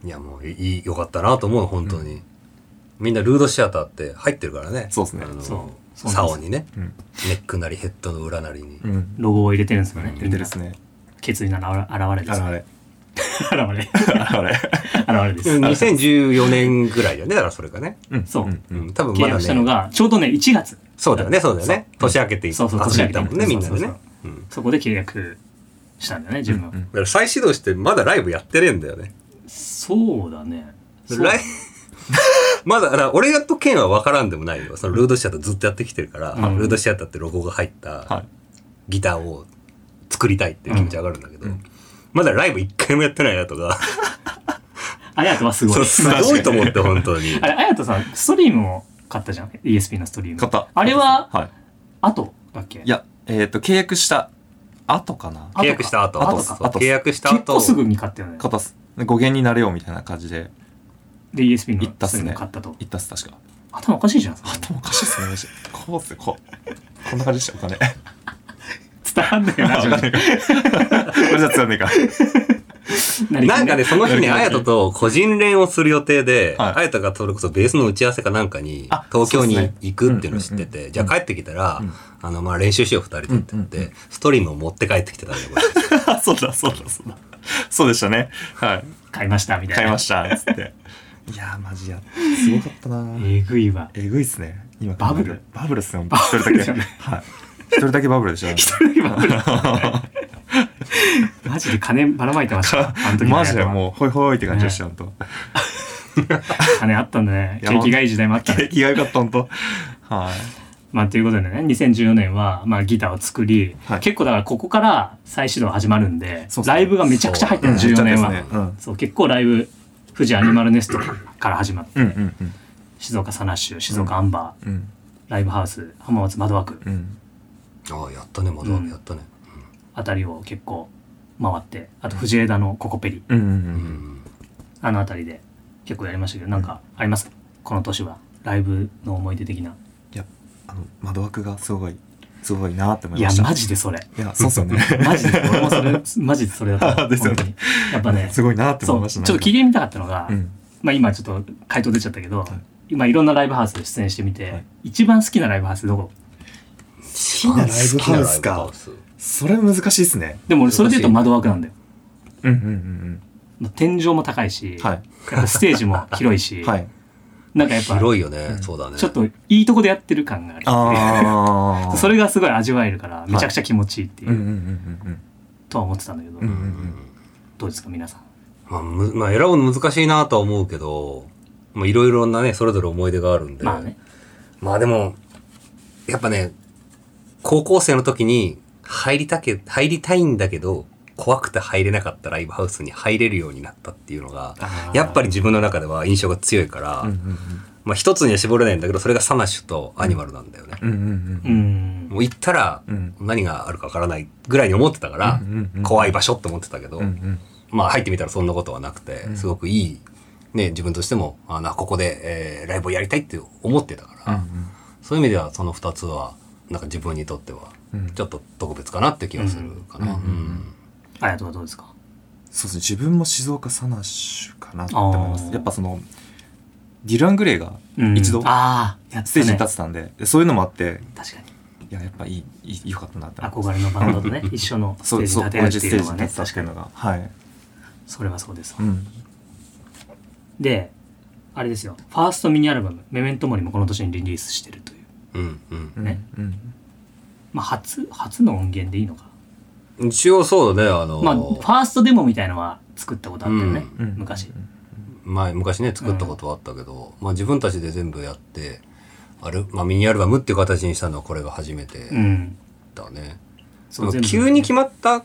[SPEAKER 3] いや、もう、いい、良かったなと思う、本当に。みんなルードシアターって入ってるからね。
[SPEAKER 1] そうっすね
[SPEAKER 3] あの
[SPEAKER 2] そうそうなん
[SPEAKER 3] 竿
[SPEAKER 2] で
[SPEAKER 3] にね。
[SPEAKER 1] うん
[SPEAKER 3] ネックなりヘッドの裏なりに
[SPEAKER 1] う。ん
[SPEAKER 2] ロゴを入れてるんですよね。
[SPEAKER 1] 出てるっすね
[SPEAKER 2] 決意なら現れで
[SPEAKER 1] あ
[SPEAKER 2] す
[SPEAKER 1] れ
[SPEAKER 2] ね。
[SPEAKER 1] あれ
[SPEAKER 2] 現れ。
[SPEAKER 1] あれ
[SPEAKER 2] 現れです。
[SPEAKER 3] 2014年ぐらいだよね、だからそれがね。
[SPEAKER 1] うん
[SPEAKER 2] そう
[SPEAKER 1] うん
[SPEAKER 3] う
[SPEAKER 1] うん
[SPEAKER 3] ん、多分
[SPEAKER 2] 契
[SPEAKER 3] まだ
[SPEAKER 2] 約したの
[SPEAKER 3] ね、
[SPEAKER 2] が、ちょうどね、1月。
[SPEAKER 3] そうだよね、そうだよね。
[SPEAKER 2] そう
[SPEAKER 3] 年明けてい
[SPEAKER 2] そうそう
[SPEAKER 3] 集めてたもんね、
[SPEAKER 2] 年
[SPEAKER 3] み
[SPEAKER 2] 明
[SPEAKER 3] ん
[SPEAKER 2] け
[SPEAKER 3] な
[SPEAKER 2] て
[SPEAKER 3] で
[SPEAKER 2] そう
[SPEAKER 3] ね
[SPEAKER 2] そう。
[SPEAKER 3] うん
[SPEAKER 2] そこで契約したんだよね自分は、
[SPEAKER 1] うん
[SPEAKER 3] だから再始動してまだライブやってねえんだよね。
[SPEAKER 2] そうだねそう
[SPEAKER 3] ライ まだ、だから俺とケンは分からんでもないよ。そのルードシアターずっとやってきてるから、
[SPEAKER 2] うん
[SPEAKER 3] ルードシアターってロゴが入った
[SPEAKER 1] い。
[SPEAKER 3] ギターを作りたいっていう気持ち上がるんだけど、
[SPEAKER 1] うん
[SPEAKER 3] まだライブ一回もやってないやとか、
[SPEAKER 2] あやとはすご
[SPEAKER 3] そう
[SPEAKER 2] い
[SPEAKER 3] すごいと思って、本当に。
[SPEAKER 2] あれあやとさんストリームを買ったじゃん ESP のストリーム
[SPEAKER 1] 買った
[SPEAKER 2] あれは
[SPEAKER 1] は
[SPEAKER 2] 後だっけ
[SPEAKER 1] い。いや、えっ、と、契約した後かな
[SPEAKER 2] あ
[SPEAKER 3] 契約した後、
[SPEAKER 1] 後
[SPEAKER 3] そ
[SPEAKER 1] か
[SPEAKER 3] うそう
[SPEAKER 1] 後
[SPEAKER 3] 契約した
[SPEAKER 2] 結
[SPEAKER 3] 後、
[SPEAKER 2] 構すぐに買ったよね
[SPEAKER 1] 買ったっす。語源になれよみたいな感じで
[SPEAKER 2] で ESP の
[SPEAKER 1] 行ったっ
[SPEAKER 2] スト
[SPEAKER 1] す
[SPEAKER 2] リー
[SPEAKER 1] ね
[SPEAKER 2] ム買ったと
[SPEAKER 1] 行ったっす、確か。
[SPEAKER 2] 頭おかしいじゃ んそれ
[SPEAKER 1] 頭おかしいっすね、マジでこうっすよ、こう。こんな感じでした、お金。
[SPEAKER 2] 伝わんないよな
[SPEAKER 1] わかんないか。 これじゃ伝わんないか。
[SPEAKER 2] 何
[SPEAKER 3] なんかね、その日
[SPEAKER 1] な
[SPEAKER 3] に
[SPEAKER 1] るほど
[SPEAKER 3] あ
[SPEAKER 1] ね
[SPEAKER 3] やとと個人練をする予定で、
[SPEAKER 1] はい
[SPEAKER 3] あやとがそれこそベースの打ち合わせかなんかに
[SPEAKER 1] あ、
[SPEAKER 3] 東京に
[SPEAKER 1] そうっすね
[SPEAKER 3] 行くっていうのを知って
[SPEAKER 1] うんうんう
[SPEAKER 3] て、
[SPEAKER 1] ん
[SPEAKER 3] じゃあ帰ってきたら
[SPEAKER 1] うん、
[SPEAKER 3] あの、まあ練習しよう二人でって言っ
[SPEAKER 1] うんうん
[SPEAKER 3] て、ストリームを持って帰ってきてたんだよ、こ れ
[SPEAKER 1] あそうだ、そうだ、そうだ。そうでしたね。はい。
[SPEAKER 2] 買いましたみたいな
[SPEAKER 1] 買いました、つって。いやー、マジや。すごかったなー
[SPEAKER 2] えぐい わ
[SPEAKER 1] えぐいっすね。今
[SPEAKER 2] バブル
[SPEAKER 1] バブルっすね、ほんと
[SPEAKER 2] バ
[SPEAKER 1] 一
[SPEAKER 2] ブ
[SPEAKER 1] 人だ
[SPEAKER 2] ル
[SPEAKER 1] け。
[SPEAKER 2] じゃない
[SPEAKER 1] はい。一人だけバブルでしょ。 一人
[SPEAKER 2] マジで金ばらまいてましたあの時の
[SPEAKER 1] マジで
[SPEAKER 2] あやとは
[SPEAKER 1] もう、ほいほいって感じでした、ほんと。
[SPEAKER 2] 金あったん だね
[SPEAKER 1] やば
[SPEAKER 2] 景気がいい時代もあったね
[SPEAKER 1] 景気が良かった、ほんと。はい。
[SPEAKER 2] まあ、ということでね2014年は、まあ、ギターを作り、
[SPEAKER 1] はい
[SPEAKER 2] 結構だからここから再始動始まるんで
[SPEAKER 1] そうそう
[SPEAKER 2] ライブがめちゃくちゃ入ってるの
[SPEAKER 1] そう
[SPEAKER 2] 14年は、
[SPEAKER 1] めちゃくちゃですねうん
[SPEAKER 2] そう結構ライブ富士アニマルネストから始まって、
[SPEAKER 1] うんうんうん。
[SPEAKER 2] 静岡サナッシュ静岡アンバー、
[SPEAKER 1] うん
[SPEAKER 2] ライブハウス浜松窓枠
[SPEAKER 1] うん。
[SPEAKER 3] ああ、やったね、まだ
[SPEAKER 2] うん
[SPEAKER 3] やったね。
[SPEAKER 2] あたりを結構回ってあと藤枝のココペリ
[SPEAKER 1] うんう
[SPEAKER 3] うんん。
[SPEAKER 2] あのあたりで結構やりましたけどなんかありますこの年はライブの思い出的な
[SPEAKER 1] あの、窓枠がすごい、すごいなーって思
[SPEAKER 2] い
[SPEAKER 1] いま
[SPEAKER 2] や
[SPEAKER 1] した。
[SPEAKER 2] マジでそれ
[SPEAKER 1] いや、そうっすよね。
[SPEAKER 2] マジで俺もそれマジでそれだと思 う
[SPEAKER 1] ですよね
[SPEAKER 2] 本当にやっぱね
[SPEAKER 1] すごいなーって
[SPEAKER 2] そ
[SPEAKER 1] 思いうまし
[SPEAKER 2] ち
[SPEAKER 1] た
[SPEAKER 2] ょ
[SPEAKER 1] ね。
[SPEAKER 2] っと聞いてみたかったのが、
[SPEAKER 1] うん。
[SPEAKER 2] まあ、今ちょっと回答出ちゃったけど、今いろんなライブハウスで出演してみて、
[SPEAKER 1] はい
[SPEAKER 2] 一番好きなライブハウスどこ
[SPEAKER 1] 好きなライブハウス
[SPEAKER 3] 好きなライブハ
[SPEAKER 1] か
[SPEAKER 3] ウ。ス
[SPEAKER 1] それ難しいっすね。
[SPEAKER 2] でも俺それで言うと窓枠なんだよ
[SPEAKER 1] うんうんうん
[SPEAKER 2] 天井も高いし、
[SPEAKER 1] うん。はい。
[SPEAKER 2] やっぱステージも広い し、
[SPEAKER 1] はい。
[SPEAKER 2] なんかやっぱ
[SPEAKER 3] 広いよね
[SPEAKER 1] う、ん
[SPEAKER 3] そうだね。
[SPEAKER 2] ちょっといいとこでやってる感がある
[SPEAKER 1] ああ。
[SPEAKER 2] それがすごい味わえるからめちゃくちゃ気持ちいいっていう、
[SPEAKER 1] うんうんうんうん
[SPEAKER 2] とは思ってたんだけど、
[SPEAKER 1] うん
[SPEAKER 3] うんうん
[SPEAKER 2] どうですか皆さん
[SPEAKER 3] まあ、むまあ、選ぶの難しいなとは思うけど、まあ、いろいろなね、それぞれ思い出があるんで。
[SPEAKER 2] まあね
[SPEAKER 3] まあでも、やっぱね、高校生の時に入りたけ、入りたいんだけど、怖くて入れなかったライブハウスに入れるようになったっていうのが、やっぱり自分の中では印象が強いから、
[SPEAKER 1] うん。うんうん
[SPEAKER 3] まあ一つには絞れないんだけど、それがサナッシュとアニマルなんだよね。
[SPEAKER 1] うんうん
[SPEAKER 2] う。ん
[SPEAKER 3] もう行ったら
[SPEAKER 1] うん、
[SPEAKER 3] 何があるかわからないぐらいに思ってたから、
[SPEAKER 1] うんうん
[SPEAKER 3] 怖い場所って思ってたけど、
[SPEAKER 1] うんうん。
[SPEAKER 3] まあ入ってみたらそんなことはなくて、
[SPEAKER 1] ん
[SPEAKER 3] すごくいい、ね、自分としても、あなここで、えーライブをやりたいって思ってたから、そういう意味ではその2つは、なんか自分にとっては
[SPEAKER 1] うん、
[SPEAKER 3] ちょっと特別かなって気がするかな。
[SPEAKER 1] うん
[SPEAKER 3] うん
[SPEAKER 2] あやとはどうですか
[SPEAKER 1] そうですね。自分も静岡サナッシュかなって
[SPEAKER 2] あー
[SPEAKER 1] 思います。やっぱその、ディラン・グレイが
[SPEAKER 2] うん
[SPEAKER 1] 一度
[SPEAKER 2] ああやっ
[SPEAKER 1] ステージに
[SPEAKER 2] たね
[SPEAKER 1] 立ってたんで、でそういうのもあって、
[SPEAKER 2] 確かに
[SPEAKER 1] いや、やっぱいいいい、良かったなって思います。
[SPEAKER 2] 憧れのバンド とね一緒のス
[SPEAKER 1] そ
[SPEAKER 2] テー
[SPEAKER 1] う
[SPEAKER 2] ジ
[SPEAKER 1] そう、同じ
[SPEAKER 2] に立てるって
[SPEAKER 1] ス
[SPEAKER 2] い
[SPEAKER 1] テ
[SPEAKER 2] う
[SPEAKER 1] ー
[SPEAKER 2] の
[SPEAKER 1] ジ
[SPEAKER 2] は
[SPEAKER 1] に
[SPEAKER 2] ね
[SPEAKER 1] 立ってたっ
[SPEAKER 2] 確
[SPEAKER 1] て
[SPEAKER 2] か
[SPEAKER 1] いう
[SPEAKER 2] に
[SPEAKER 1] のが、はい。
[SPEAKER 2] それはそうですわ
[SPEAKER 1] うん。
[SPEAKER 2] であれですよファーストミニアルバム「メメントモリ」もこの年にリリースしてるという、
[SPEAKER 3] うんうん
[SPEAKER 2] ね
[SPEAKER 1] うん。
[SPEAKER 2] まあ、初初の音源でいいのか
[SPEAKER 3] 一応そうだね、あの、
[SPEAKER 2] まあファーストデモみたいのは作ったことあったよね、
[SPEAKER 1] うん
[SPEAKER 2] 昔。
[SPEAKER 3] 前昔ね作ったことはあったけど、まあ自分たちで全部やってある、まあ、ミニアルバムっていう形にしたのはこれが初めて
[SPEAKER 2] うん
[SPEAKER 3] だね、
[SPEAKER 2] そう
[SPEAKER 3] で
[SPEAKER 2] 全部
[SPEAKER 3] も急に決まった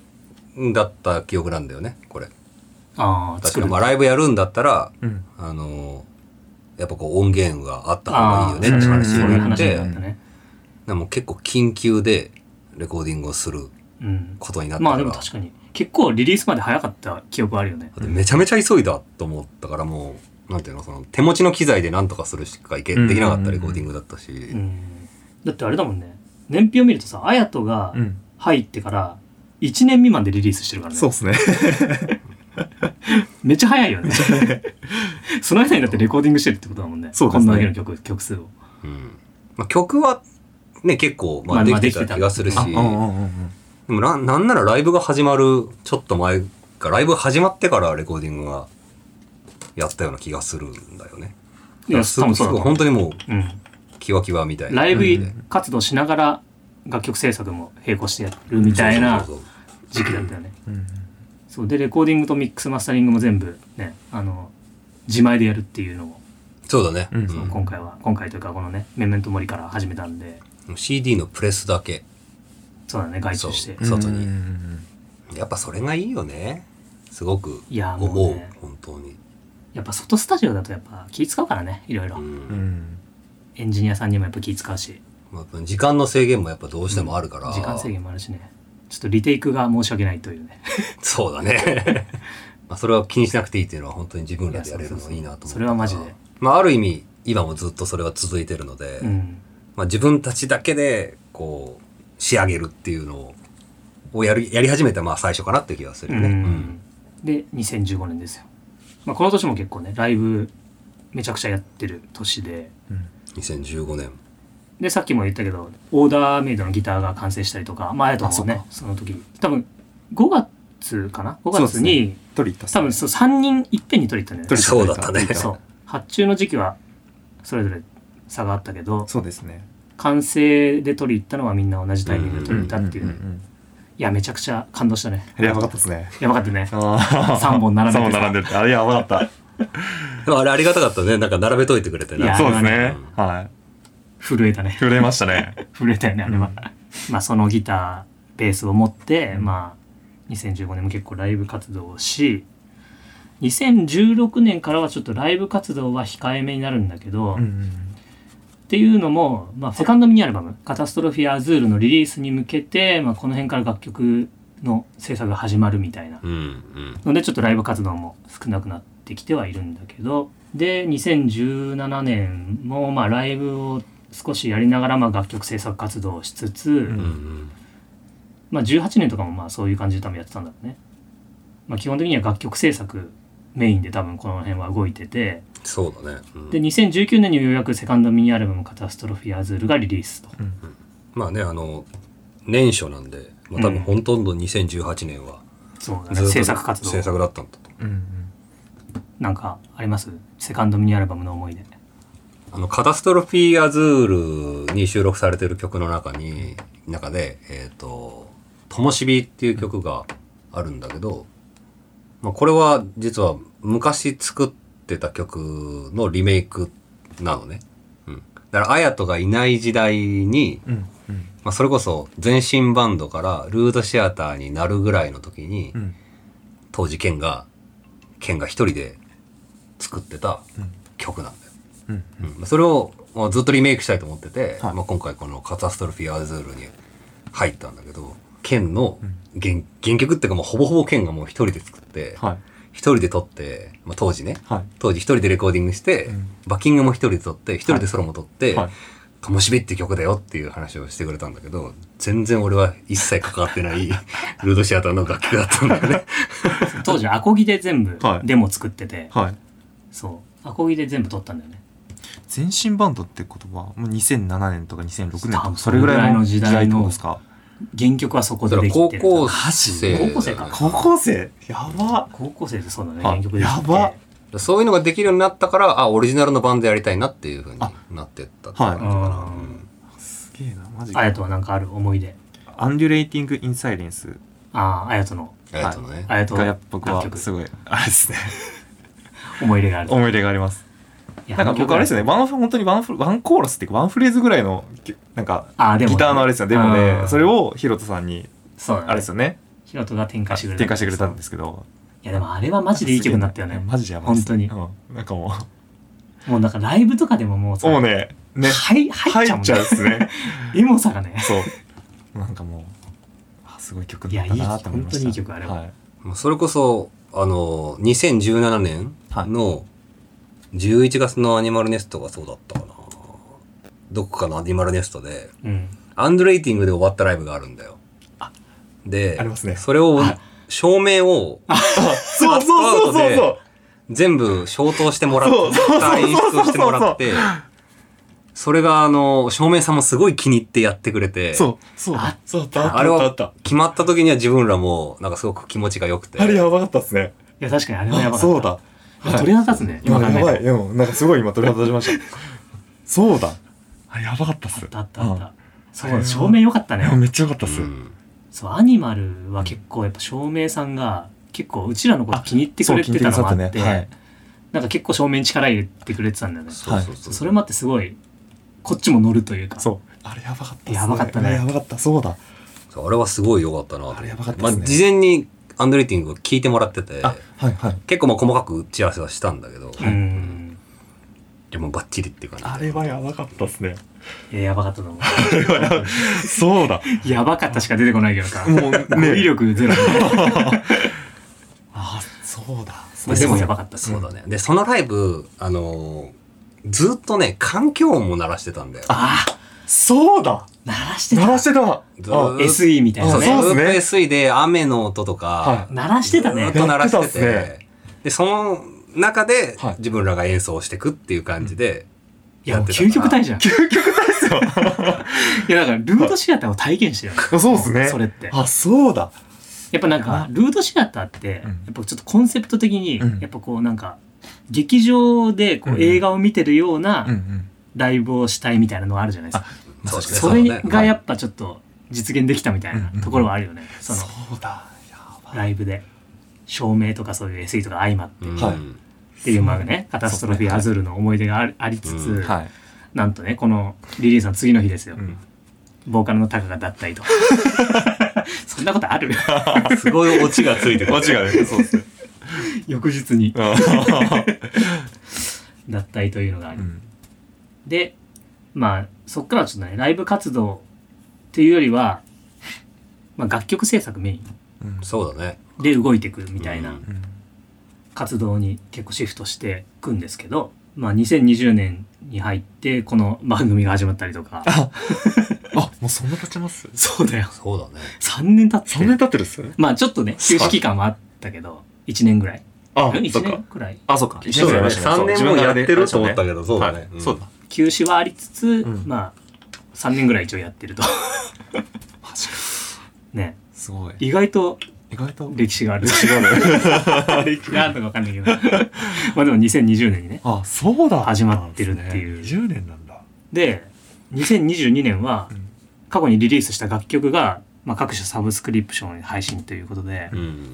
[SPEAKER 3] んだった記憶なんだよねこれ
[SPEAKER 2] ああ
[SPEAKER 3] 確
[SPEAKER 2] 作
[SPEAKER 3] か
[SPEAKER 2] る
[SPEAKER 3] まあライブやるんだったら
[SPEAKER 1] うん。
[SPEAKER 3] あのやっぱこう音源があった方がいいよねって
[SPEAKER 1] あー
[SPEAKER 3] 話
[SPEAKER 2] そうい
[SPEAKER 3] に
[SPEAKER 2] う
[SPEAKER 3] なっ
[SPEAKER 2] 話に
[SPEAKER 3] て
[SPEAKER 2] なったね、
[SPEAKER 3] でも結構緊急でレコーディングをする
[SPEAKER 2] うん、
[SPEAKER 3] ことになった
[SPEAKER 2] まあ
[SPEAKER 3] か
[SPEAKER 2] で
[SPEAKER 3] ら、
[SPEAKER 2] も確かに結構リリースまで早かった記憶あるよね
[SPEAKER 3] だってめちゃめちゃ急いだと思ったからもうなんていうのその手持ちの機材でなんとかするしかいけできなかったレコーディングだったし、
[SPEAKER 2] うんだってあれだもんね年表見るとさ綾人が
[SPEAKER 1] うん。
[SPEAKER 2] 入ってから1年未満でリリースしてるからね
[SPEAKER 1] そうですね。
[SPEAKER 2] めっちゃ早いよ ねその間にだってレコーディングしてるってことだもんね
[SPEAKER 1] そうです
[SPEAKER 2] こ
[SPEAKER 1] ね
[SPEAKER 2] んだけの曲曲数を
[SPEAKER 3] うんまあ、曲はね結構ま
[SPEAKER 2] ま
[SPEAKER 3] あ
[SPEAKER 2] あ
[SPEAKER 3] で
[SPEAKER 2] まあ
[SPEAKER 3] きてた
[SPEAKER 2] できてた
[SPEAKER 3] 気がするし、
[SPEAKER 1] あ、うんうんうんうん。
[SPEAKER 3] でもななんならライブが始まるちょっと前かライブ始まってからレコーディングがやったような気がするんだよね。
[SPEAKER 2] いや
[SPEAKER 3] す
[SPEAKER 2] 多分
[SPEAKER 3] ぐ
[SPEAKER 2] そうだと思う
[SPEAKER 3] 本当にも
[SPEAKER 2] うん
[SPEAKER 3] うキワキワみたいな。
[SPEAKER 2] ライ
[SPEAKER 1] う
[SPEAKER 2] ブ
[SPEAKER 1] ん
[SPEAKER 2] 活動しながら楽曲制作も並行してやるみたいな
[SPEAKER 3] そうそう
[SPEAKER 2] 時期だったよね。
[SPEAKER 1] うん
[SPEAKER 2] そうでレコーディングとミックスマスタリングも全部ねあの自前でやるっていうのを
[SPEAKER 3] そうそうだね。
[SPEAKER 1] うん
[SPEAKER 3] うん
[SPEAKER 1] そう
[SPEAKER 2] 今回は今回というかこのね「メメントモリ」から始めたんで
[SPEAKER 3] CD のプレスだけ。
[SPEAKER 2] そうだね外注して
[SPEAKER 3] そう外に
[SPEAKER 1] うんうん
[SPEAKER 3] やっぱそれがいいよね。すごく
[SPEAKER 2] いや
[SPEAKER 3] 思
[SPEAKER 2] も
[SPEAKER 3] う。
[SPEAKER 2] うね
[SPEAKER 3] 本当に。
[SPEAKER 2] やっぱ外スタジオだとやっぱ気使うからねいろいろ、
[SPEAKER 3] うん
[SPEAKER 1] うんうん
[SPEAKER 2] エンジニアさんにもやっぱ気使うし
[SPEAKER 3] まあ、時間の制限もやっぱどうしてもあるから。
[SPEAKER 2] 時間制限もあるしねちょっとリテイクが申し訳ないというね
[SPEAKER 3] そうだね。 まあそれは気にしなくていいっていうのは本当に自分らでやれるのいいなと思っ
[SPEAKER 2] い
[SPEAKER 3] た
[SPEAKER 2] やそうそうそうそれはマジで。
[SPEAKER 3] まあある意味、今もずっとそれは続いてるので、
[SPEAKER 2] うん
[SPEAKER 3] まあ自分たちだけで、こう、仕上げるっていうのを、をやる、やり始めたまあ最初かなって気がするよね。
[SPEAKER 2] うんで2015年ですよ、まあ、この年も結構ねライブめちゃくちゃやってる年で
[SPEAKER 1] うん
[SPEAKER 3] 2015年。
[SPEAKER 2] でさっきも言ったけどオーダーメイドのギターが完成したりとかまああやともねその時多分5月かな5
[SPEAKER 1] そうです
[SPEAKER 2] 月に、
[SPEAKER 1] ね取り行ったっす
[SPEAKER 2] 多
[SPEAKER 1] ね
[SPEAKER 2] 分そう3人いっぺんに取り行ったんだよね
[SPEAKER 3] そうだったね
[SPEAKER 1] 取り行
[SPEAKER 2] そう発注の時期はそれぞれ差があったけど
[SPEAKER 1] そうですね
[SPEAKER 2] 完成で取り行ったのはみんな同じタイミングで取り行ったっていう,、
[SPEAKER 1] んんん
[SPEAKER 2] いやめちゃくちゃ感動したね
[SPEAKER 1] うんやばかったです ね
[SPEAKER 2] やばかったね
[SPEAKER 1] 3
[SPEAKER 2] 本並べて
[SPEAKER 1] 本並んでるってあれやばかっ
[SPEAKER 3] でもあれありがたかったね。なんか並べといてくれて
[SPEAKER 2] いや
[SPEAKER 1] たそう
[SPEAKER 3] ね。
[SPEAKER 1] です
[SPEAKER 2] あれ
[SPEAKER 1] ね
[SPEAKER 3] はね
[SPEAKER 1] は
[SPEAKER 2] 震え たね
[SPEAKER 1] い震えましたね
[SPEAKER 2] 震えたよねあれは、
[SPEAKER 1] うん
[SPEAKER 2] まあそのギターベースを持って、
[SPEAKER 1] うん
[SPEAKER 2] まあ2015年も結構ライブ活動をし2016年からはちょっとライブ活動は控えめになるんだけど、っ
[SPEAKER 1] ん
[SPEAKER 2] ていうのも、まあ、セカンドミニアルバム「カタストロフィア・アズール」のリリースに向けて、まあ、この辺から楽曲の制作が始まるみたいな
[SPEAKER 3] うん、うん。
[SPEAKER 2] のでちょっとライブ活動も少なくなってきてはいるんだけどで2017年もまあライブを少しやりながらまあ楽曲制作活動をしつつ、
[SPEAKER 1] ん
[SPEAKER 3] うんうん。
[SPEAKER 2] まあ、18年とかもまあそういう感じで多分やってたんだろうね、まあ、基本的には楽曲制作メインで多分この辺は動いてて
[SPEAKER 3] そうだね。うん
[SPEAKER 2] で2019年にようやくセカンドミニアルバム「カタストロフィア・アズール」がリリースと
[SPEAKER 3] まあね、あの、年初なんで、まあ多分ほとんど2018年は、
[SPEAKER 2] そうだ
[SPEAKER 3] ずっ
[SPEAKER 2] ね
[SPEAKER 3] と
[SPEAKER 2] 制作活
[SPEAKER 3] 制
[SPEAKER 2] 動
[SPEAKER 3] 作だったんだと。
[SPEAKER 1] うん
[SPEAKER 2] なんかありますセカンドミニアルバムの思い出
[SPEAKER 3] あの、カタストロフィーアズールに収録されてる曲の中に、中で、えっ、と、ともしびっていう曲があるんだけど、まあ、これは実は昔作ってた曲のリメイクなのね。うん。だから、あやとがいない時代に、
[SPEAKER 1] うん
[SPEAKER 3] まあ、それこそ全身バンドからルードシアターになるぐらいの時に、
[SPEAKER 1] うん
[SPEAKER 3] 当時ケンが、ケンが一人で作ってた曲なんだよ。
[SPEAKER 1] うん
[SPEAKER 3] うん、それをまあずっとリメイクしたいと思ってて、
[SPEAKER 1] はい
[SPEAKER 3] まあ、今回この「カタストロフィー・アズール」に入ったんだけど剣の原原曲っていうかもうほぼほぼ剣がもう一人で作って
[SPEAKER 1] はい
[SPEAKER 3] 一人で撮って、まあ、当時ね
[SPEAKER 1] はい
[SPEAKER 3] 当時一人でレコーディングして、
[SPEAKER 1] うん
[SPEAKER 3] バッキングも一人で撮って一人でソロも撮って
[SPEAKER 1] はい
[SPEAKER 3] 「ともしび」って曲だよっていう話をしてくれたんだけど全然俺は一切関わってない ルードシアターの楽曲だったんだよね。
[SPEAKER 2] 当時アコギで全部
[SPEAKER 1] はい
[SPEAKER 2] デモ作ってて、
[SPEAKER 1] はい
[SPEAKER 2] そうアコギで全部撮ったんだよね
[SPEAKER 1] 全身バンドって言葉もう2007年とか2006年と
[SPEAKER 2] 多
[SPEAKER 1] か
[SPEAKER 2] 分
[SPEAKER 1] それぐらいの
[SPEAKER 2] それ
[SPEAKER 1] 時
[SPEAKER 2] ぐらいの時代の
[SPEAKER 1] 代のですか
[SPEAKER 2] 原曲はそこ
[SPEAKER 3] だ
[SPEAKER 2] で
[SPEAKER 3] か
[SPEAKER 2] で
[SPEAKER 3] ら
[SPEAKER 2] きて
[SPEAKER 3] 高
[SPEAKER 2] る
[SPEAKER 3] 校
[SPEAKER 1] マジ
[SPEAKER 3] 生だよね
[SPEAKER 2] 高校生か
[SPEAKER 1] 高校生やば
[SPEAKER 2] 高校生でそうだね
[SPEAKER 1] あ
[SPEAKER 2] 原曲できてて
[SPEAKER 1] やば
[SPEAKER 3] そういうのができるようになったから、あ、オリジナルのバンドやりたいなっていうふうになってったって感じかな。
[SPEAKER 2] あはい
[SPEAKER 3] うん
[SPEAKER 1] すげえなマジ
[SPEAKER 2] あやとはなんかある思い出
[SPEAKER 1] アンデュレイティング・インサイレンス
[SPEAKER 2] あああやとの
[SPEAKER 3] ありがとうね。
[SPEAKER 2] あやと
[SPEAKER 1] がやっぱ僕
[SPEAKER 2] 楽
[SPEAKER 1] は
[SPEAKER 2] 曲
[SPEAKER 1] すごいあれですね
[SPEAKER 2] 思い入れがある
[SPEAKER 1] 思い出がありますなんか僕あれですよねワンフ本当にワンフワンコーラスっていうかワンフレーズぐらいのきなんか
[SPEAKER 2] あでも
[SPEAKER 1] ギターのあれですよデモ
[SPEAKER 2] う
[SPEAKER 1] で
[SPEAKER 2] ん
[SPEAKER 1] それをヒロトさんに
[SPEAKER 2] そう
[SPEAKER 1] あれですよね
[SPEAKER 2] ヒロトが転化してくれた
[SPEAKER 1] 展開してくれたんですけど
[SPEAKER 2] いやでもあれはマジでいい曲になったよね
[SPEAKER 1] マジでやばいっす
[SPEAKER 2] 本当に
[SPEAKER 1] うんなんかも
[SPEAKER 2] もうなんかライブとかでももう
[SPEAKER 1] う
[SPEAKER 2] さ
[SPEAKER 1] もうねね
[SPEAKER 2] はい入っち
[SPEAKER 1] 入
[SPEAKER 2] ゃうも
[SPEAKER 1] っ
[SPEAKER 2] ん
[SPEAKER 1] ちゃうっ
[SPEAKER 2] ね
[SPEAKER 1] すね
[SPEAKER 2] エモさがね
[SPEAKER 1] そう。 なんかもう、あすごい曲だった
[SPEAKER 2] いやい
[SPEAKER 1] ないと思いました。
[SPEAKER 2] 本当にいい曲あれは
[SPEAKER 1] はい。
[SPEAKER 3] まあそれこそ、あの、2017年の11月のアニマルネストがそうだったかな。どこかのアニマルネストで、
[SPEAKER 2] うん
[SPEAKER 3] アンドレイティングで終わったライブがあるんだよ。で、
[SPEAKER 1] ありますね
[SPEAKER 3] それを、照明を
[SPEAKER 1] そうそうそうそうそう。
[SPEAKER 3] 全部消灯してもらっ
[SPEAKER 1] そうそう
[SPEAKER 3] た演出をしてもらって、それがあの、照明さんもすごい気に入ってやってくれて、
[SPEAKER 1] そう、そう
[SPEAKER 2] あっ
[SPEAKER 1] だ、そうだった、
[SPEAKER 3] あれ
[SPEAKER 1] あ
[SPEAKER 3] は
[SPEAKER 1] った。
[SPEAKER 3] 決まった時には自分らもなんかすごく気持ちが良くて。
[SPEAKER 1] あれやばかったっすね。
[SPEAKER 2] いや確かにあれはやばかった
[SPEAKER 1] そうだ。
[SPEAKER 2] いや鳥肌立つね
[SPEAKER 1] 今
[SPEAKER 2] わかん
[SPEAKER 1] や
[SPEAKER 2] な
[SPEAKER 1] ば
[SPEAKER 2] け
[SPEAKER 1] い。で
[SPEAKER 2] ど
[SPEAKER 1] も、なんかすごい今鳥肌立ちました。そうだ。
[SPEAKER 4] あやばかったっ
[SPEAKER 2] あ
[SPEAKER 4] す
[SPEAKER 2] ったあったあった。そ
[SPEAKER 4] あ
[SPEAKER 2] れ、
[SPEAKER 4] れ
[SPEAKER 2] 照明良かったね。
[SPEAKER 4] めっちゃよかったっす、
[SPEAKER 3] うん
[SPEAKER 2] そう、アニマルは結構、やっぱ照明さんが、結構、うちらのこと気に入ってくれてたのもあっ
[SPEAKER 1] そう気に入ってくださって
[SPEAKER 2] て、
[SPEAKER 1] ねはい
[SPEAKER 2] なんか結構照明に力入れてくれてたんだよね。
[SPEAKER 3] そうそうそう。
[SPEAKER 2] それもあってすごい、こっちも乗るというか。
[SPEAKER 4] そうあれやばかったっす、
[SPEAKER 2] やばかったね
[SPEAKER 4] あれやばかったそうだ
[SPEAKER 3] そうあれはすごい良かったなと思て
[SPEAKER 4] あれやばかったっすね
[SPEAKER 3] まあ、事前にアンドレイティングを聞いてもらってて、
[SPEAKER 1] あはいはい
[SPEAKER 3] 結構まあ細かく打ち合わせはしたんだけど、
[SPEAKER 2] ううん。
[SPEAKER 3] でもバッチリっていう感じ。
[SPEAKER 4] あれはやばかったっすね
[SPEAKER 2] いややばかったと思
[SPEAKER 4] そうだ
[SPEAKER 2] う。やばかったしか出てこないけどさ。
[SPEAKER 4] もう
[SPEAKER 2] 語彙
[SPEAKER 4] ね
[SPEAKER 2] 力ゼロ。
[SPEAKER 4] あそうだ
[SPEAKER 2] まあでもやばかったっす
[SPEAKER 3] そうだね。で、そのライブ、あのーずっとね、環境音も鳴らしてたんだよ。
[SPEAKER 2] ああ
[SPEAKER 4] そうだ
[SPEAKER 2] 鳴らして
[SPEAKER 4] 鳴
[SPEAKER 2] た
[SPEAKER 4] らしてた
[SPEAKER 3] ずーっと
[SPEAKER 2] SE みたい
[SPEAKER 4] あ
[SPEAKER 2] な
[SPEAKER 3] そう
[SPEAKER 2] ね。
[SPEAKER 3] ね。
[SPEAKER 4] そうっすね
[SPEAKER 3] UPSE で雨の音とか、
[SPEAKER 4] は
[SPEAKER 2] 鳴らしてたね
[SPEAKER 3] ずーっ。と鳴らして
[SPEAKER 4] やっててたっす
[SPEAKER 3] で、その中で
[SPEAKER 4] はい
[SPEAKER 3] 自分らが演奏してくっていう感じで
[SPEAKER 2] いや、
[SPEAKER 3] や
[SPEAKER 2] も
[SPEAKER 3] っ
[SPEAKER 2] う
[SPEAKER 3] てたから。
[SPEAKER 2] 究極体じゃん。究極体っすよ。いや、だから、ルートシアターを体験してる。
[SPEAKER 4] あそうっすね
[SPEAKER 2] それって。
[SPEAKER 4] あそうだ
[SPEAKER 2] やっぱなんか、ルートシアターって、
[SPEAKER 1] うん
[SPEAKER 2] やっぱちょっとコンセプト的に
[SPEAKER 1] うん、
[SPEAKER 2] やっぱこうなんか、劇場でこ
[SPEAKER 1] う
[SPEAKER 2] うん映画を見てるよ
[SPEAKER 1] う
[SPEAKER 2] う
[SPEAKER 1] んう
[SPEAKER 2] なんライブをしたいみたいなのはあるじゃないですか。
[SPEAKER 3] そうですね。
[SPEAKER 2] それ
[SPEAKER 3] うだね
[SPEAKER 2] がやっぱちょっと実現できたみたいな
[SPEAKER 1] うんうん
[SPEAKER 2] ところはあるよね。その
[SPEAKER 4] そうだやば
[SPEAKER 2] ライブで。照明とかそういう SE とか相まっ
[SPEAKER 3] うん
[SPEAKER 4] はい
[SPEAKER 2] ていう、まあね、カタストロフィーアズールの思い出がありありつ
[SPEAKER 3] う
[SPEAKER 2] つ、
[SPEAKER 1] はい
[SPEAKER 2] なんとね、このリリーさん次の日ですよ
[SPEAKER 1] う。ん
[SPEAKER 2] ボーカルのタカが脱退と。 そんなことある
[SPEAKER 3] すごいオチがついてくる。
[SPEAKER 4] 間違いないそうっすね
[SPEAKER 2] 翌日に
[SPEAKER 4] あ
[SPEAKER 2] 脱退というのがあり。
[SPEAKER 1] うん
[SPEAKER 2] で、まあ、そっからはちょっとね、ライブ活動っていうよりは、まあ、楽曲制作メイン
[SPEAKER 1] うん
[SPEAKER 3] そうだね。
[SPEAKER 2] で動いていくみたいな
[SPEAKER 3] うん
[SPEAKER 1] うん
[SPEAKER 2] 活動に結構シフトしていくんですけど、まあ、2020年に入って、この番組が始まったりとか。
[SPEAKER 4] あもうそんな経ちます
[SPEAKER 2] そうだよ。
[SPEAKER 3] そうだね。
[SPEAKER 2] 3年経って。
[SPEAKER 4] 3年経ってるっすよね
[SPEAKER 2] まあ、ちょっとね、休止期間はあったけど、1年ぐらい。
[SPEAKER 4] あ
[SPEAKER 2] 1
[SPEAKER 4] そっか
[SPEAKER 2] 年くらい
[SPEAKER 1] あそうか
[SPEAKER 3] そうだね。3年もやってると思ったけど、そうだね。
[SPEAKER 4] はい
[SPEAKER 3] ん
[SPEAKER 4] そうだ
[SPEAKER 2] 休止はありつつ、
[SPEAKER 1] ん
[SPEAKER 2] まあ3年ぐらい一応やってると
[SPEAKER 4] マジか
[SPEAKER 2] ね
[SPEAKER 1] すごい
[SPEAKER 2] 意外と
[SPEAKER 1] 意外と
[SPEAKER 2] 歴史がある
[SPEAKER 4] 違うね
[SPEAKER 2] 歴史があるのかわかんないけ どまあでも2020年にね
[SPEAKER 4] あそうだ
[SPEAKER 2] 始まってるっていう
[SPEAKER 4] 10年なんだ
[SPEAKER 2] で2022年は
[SPEAKER 1] うん
[SPEAKER 2] 過去にリリースした楽曲が、まあ、各種サブスクリプション配信ということで、
[SPEAKER 3] う
[SPEAKER 2] フ
[SPEAKER 3] ん。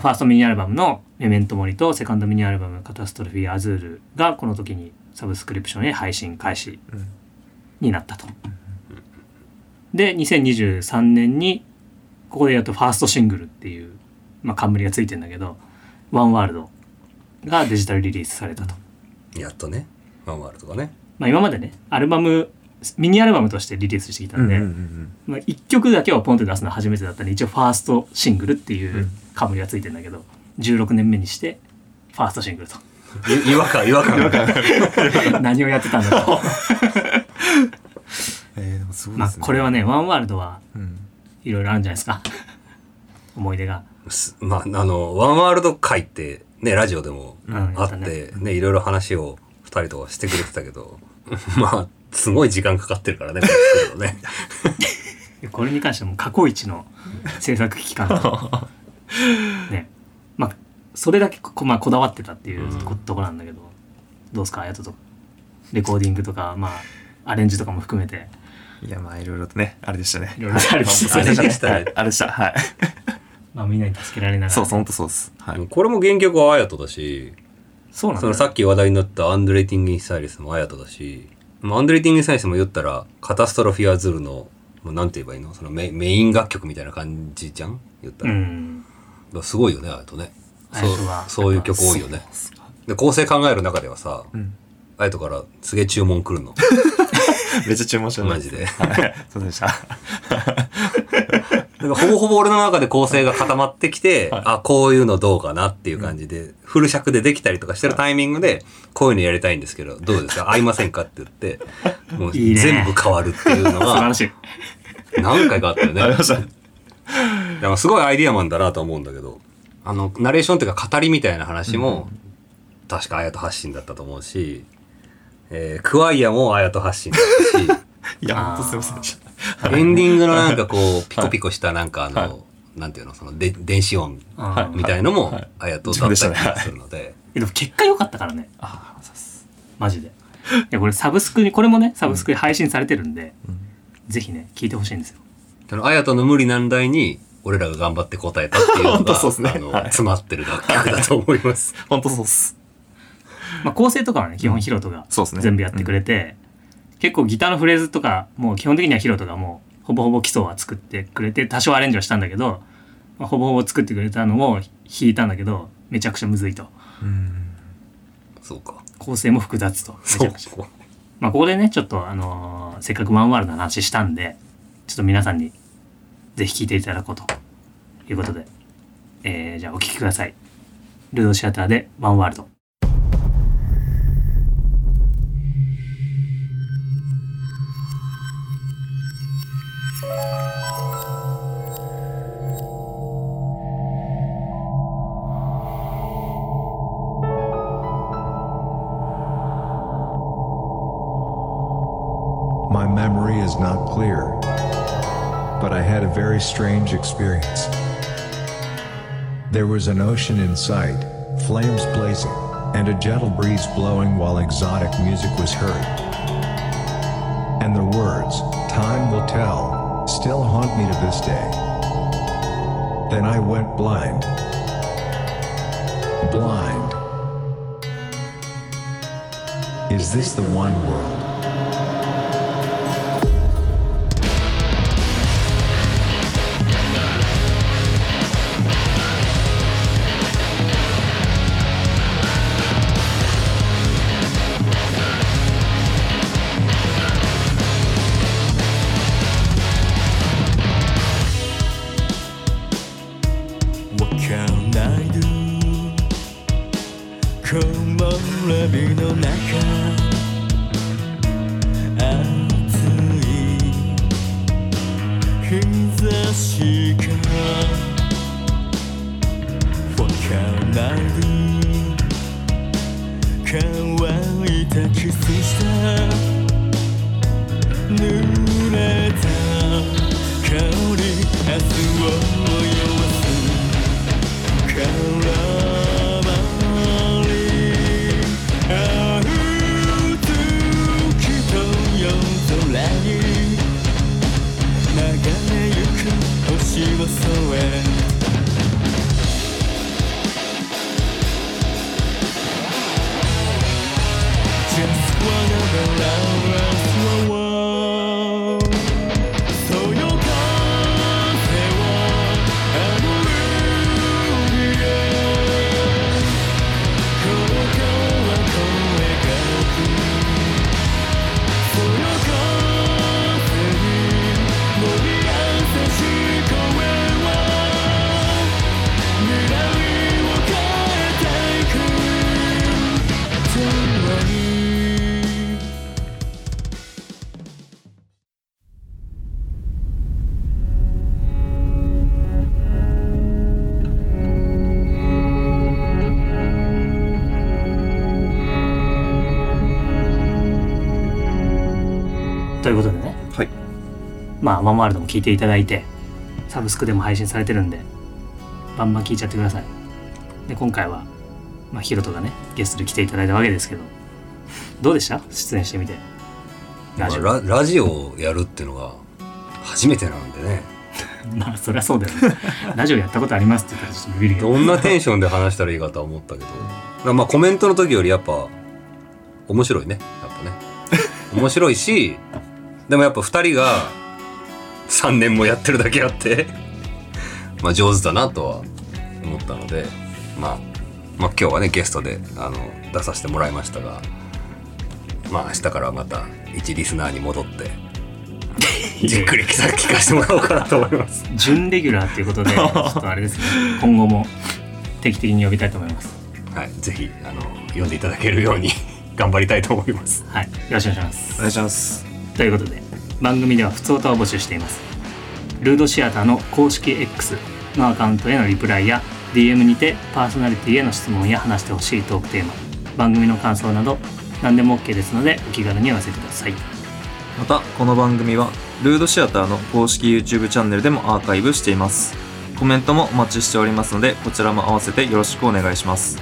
[SPEAKER 2] ァーストミニアルバムの「メメントモリ」とセカンドミニアルバム「カタストロフィー・アズール」がこの時にサブスクリプションへ配信開始
[SPEAKER 1] うん
[SPEAKER 2] になったと。で2023年にここでやっとファーストシングルっていう、まあ、冠がついてんだけど「ワンワールドがデジタルリリースされたと。
[SPEAKER 3] やっとね。ワンワールとかね。
[SPEAKER 2] まあ、今までねアルバムミニアルバムとしてリリースしてきた
[SPEAKER 1] うんんう
[SPEAKER 2] で、
[SPEAKER 1] んうん
[SPEAKER 2] まあ、1曲だけをポンって出すのは初めてだったんで一応ファーストシングルっていうん冠がついてんだけど16年目にしてファーストシ ングルと
[SPEAKER 3] い違 和感、違和感が。
[SPEAKER 2] 何をやってたんだろう、
[SPEAKER 1] えーでもすごい
[SPEAKER 2] ま
[SPEAKER 1] で
[SPEAKER 2] あ、
[SPEAKER 1] すね
[SPEAKER 2] これはね「ワンワールドは
[SPEAKER 1] うん
[SPEAKER 2] いろいろあるんじゃないですか思い出が、
[SPEAKER 3] すまあ、あの、ワンワールド会って、ね、ラジオでも
[SPEAKER 2] うん
[SPEAKER 3] あ
[SPEAKER 2] や
[SPEAKER 3] ったて、ね、いろいろ話を二人とかしてくれてたけど、 まあ、すごい時間かかってるからね、これ作るのね。
[SPEAKER 2] これに関してはもう過去一の制作期間だね まあそれだけこ,、まあ、こだわってたっていうこ
[SPEAKER 3] うん
[SPEAKER 2] とこなんだけどどうですかあやととレコーディングとかまあアレンジとかも含めて
[SPEAKER 1] いやまあいろいろとねあれでしたね
[SPEAKER 2] いろいろあるし
[SPEAKER 1] はい
[SPEAKER 3] あれでしたね
[SPEAKER 1] はいあれでしたはい
[SPEAKER 2] まあみんなに助けられながら
[SPEAKER 1] そうそう本当そうですは
[SPEAKER 3] で
[SPEAKER 1] い
[SPEAKER 3] もこれも原曲はアヤトだし、
[SPEAKER 2] そうなんだ
[SPEAKER 3] そ
[SPEAKER 2] よ
[SPEAKER 3] のさっき話題になったアンドレイティング・イン・サイリスもアヤトだし、まあアンドレイティング・イン・サイリスも言ったら、カタストロフィア・ズルの、もうなんて言えばいいのそのメメイン楽曲みたいな感じじゃん言った
[SPEAKER 2] う
[SPEAKER 3] ら。
[SPEAKER 2] ん
[SPEAKER 3] だからすごいよね、アヤトね。そ
[SPEAKER 2] アヤトは
[SPEAKER 3] うそういう曲多いよね。で、構成考える中ではさ、
[SPEAKER 1] うん
[SPEAKER 3] アヤトからすげえ注文来るの。
[SPEAKER 1] めっちゃ注文して
[SPEAKER 3] マジで。
[SPEAKER 1] はいそうでした
[SPEAKER 3] なんかほぼほぼ俺の中で構成が固まってきて、あ、こういうのどうかなっていう感じで、フル尺でできたりとかしてるタイミングで、こういうのやりたいんですけど、どうですか合いませんかって言って、もう
[SPEAKER 2] いいね
[SPEAKER 3] 全部変わるっていうの
[SPEAKER 2] 素晴ら
[SPEAKER 3] が
[SPEAKER 2] しい
[SPEAKER 3] 何回かあったよね。
[SPEAKER 1] ありました
[SPEAKER 3] だからすごいアイディアマンだなと思うんだけど、あの、ナレーションっていうか語りみたいな話も、確かあやと発信だったと思うし、えー、クワイアもあやと発信だったし、
[SPEAKER 1] いや本当すいませんでした
[SPEAKER 3] エンディングのなんかこう、ピコピコしたなんかあの、
[SPEAKER 1] はい
[SPEAKER 3] なんていうの、そので電子音
[SPEAKER 2] はい
[SPEAKER 3] みたいのも、
[SPEAKER 1] はい
[SPEAKER 3] あやとだったりするので、
[SPEAKER 2] えでも結果良かったからね
[SPEAKER 1] ああそうっす
[SPEAKER 2] マジでやこれサブスクにこれもねサブスクに配信されてるんで、ぜひね聞いてほしいんですよ
[SPEAKER 3] あの、あやとの無理難題に、俺らが頑張って答えたっていうの
[SPEAKER 1] 本
[SPEAKER 3] が、
[SPEAKER 1] 当そうっすね
[SPEAKER 3] あの、
[SPEAKER 1] はい
[SPEAKER 3] 詰まってる楽曲だと思います。
[SPEAKER 1] 本当そうっす。
[SPEAKER 2] まあ、構成とかはね基本ヒロトが
[SPEAKER 1] そうですね
[SPEAKER 2] 全部やってくれて、結構ギターのフレーズとかもう基本的にはヒロトがもうほぼほぼ基礎は作ってくれて多少アレンジはしたんだけど、まあ、ほぼほぼ作ってくれたのを弾いたんだけどめちゃくちゃむずいと
[SPEAKER 3] そうか。
[SPEAKER 2] 構成も複雑とめち
[SPEAKER 3] そ
[SPEAKER 2] ゃ
[SPEAKER 3] う
[SPEAKER 2] くちゃ。まあ、ここでねちょっと、あのーせっかくワンワールドの話したんでちょっと皆さんにぜひ聴いていただこうということで、えーじゃあお聴きください。ルードシアターでワンワールド。
[SPEAKER 5] My memory is not clear. But I had a very strange experience. There was an ocean in sight, flames blazing, and a gentle breeze blowing while exotic music was heard. And the words, time will tell, still haunt me to this day. Then I went blind. Blind. Is this the one world?
[SPEAKER 6] What can I do? このラビの中暑い日差しが What can I do? 乾いたキスした濡れた香り明日を酔わす絡まり合う月と夜空に流れゆく星を添え「Just wanna go round, round, round」「そよ風をあの海へ」「この顔は声がく」「そよ風に伸び優しい声は未来を変えていく」「そに」
[SPEAKER 2] ということでね、
[SPEAKER 1] はい
[SPEAKER 2] まあワンワールドも聞いていただいてサブスクでも配信されてるんでバンバン聞いちゃってくださいで今回は、まあ、ヒロトがねゲストで来ていただいたわけですけどどうでした出演してみて
[SPEAKER 3] ま
[SPEAKER 2] ラ
[SPEAKER 3] あ
[SPEAKER 2] ジオ
[SPEAKER 3] ララジオをやるっていうのが、初めてなんでね。
[SPEAKER 2] まあそりゃそうだよね ラジオやったことありますって言ったらちょっとビビるけど
[SPEAKER 3] どんなテンションで話したらいいかとは思ったけど、まあコメントの時よりやっぱ、面白いね。やっぱね。面白いし、でもやっぱ二人が3年もやってるだけあって、まあ上手だなとは思ったので、まあ、まあ今日はね、ゲストであの出させてもらいましたが、まあ明日からまた一リスナーに戻って、じっくり聞か聞かせてもらおうかなと思います。
[SPEAKER 2] 準レギュラーっていうことでちょっとあれですね今後も定期的に呼びたいと思います
[SPEAKER 3] はい、ぜひあの読んでいただけるように 頑張りたいと思います。
[SPEAKER 2] はいよろしくお願いします
[SPEAKER 1] お願いします。
[SPEAKER 2] ということで番組では普通歌を募集していますルードシアターの公式 X のアカウントへのリプライや DM にてパーソナリティへの質問や話してほしいトークテーマ番組の感想など何でも OK ですのでお気軽にお寄せください
[SPEAKER 1] また、この番組は、ルードシアターの公式 YouTube チャンネルでもアーカイブしています。コメントもお待ちしておりますので、こちらも合わせてよろしくお願いします。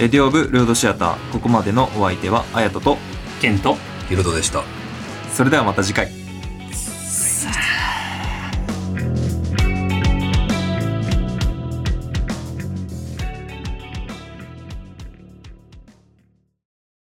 [SPEAKER 1] レディオブルードシアター、ここまでのお相手は、あやとと、
[SPEAKER 2] 健と
[SPEAKER 3] ヒロトでした。
[SPEAKER 1] それではまた次回。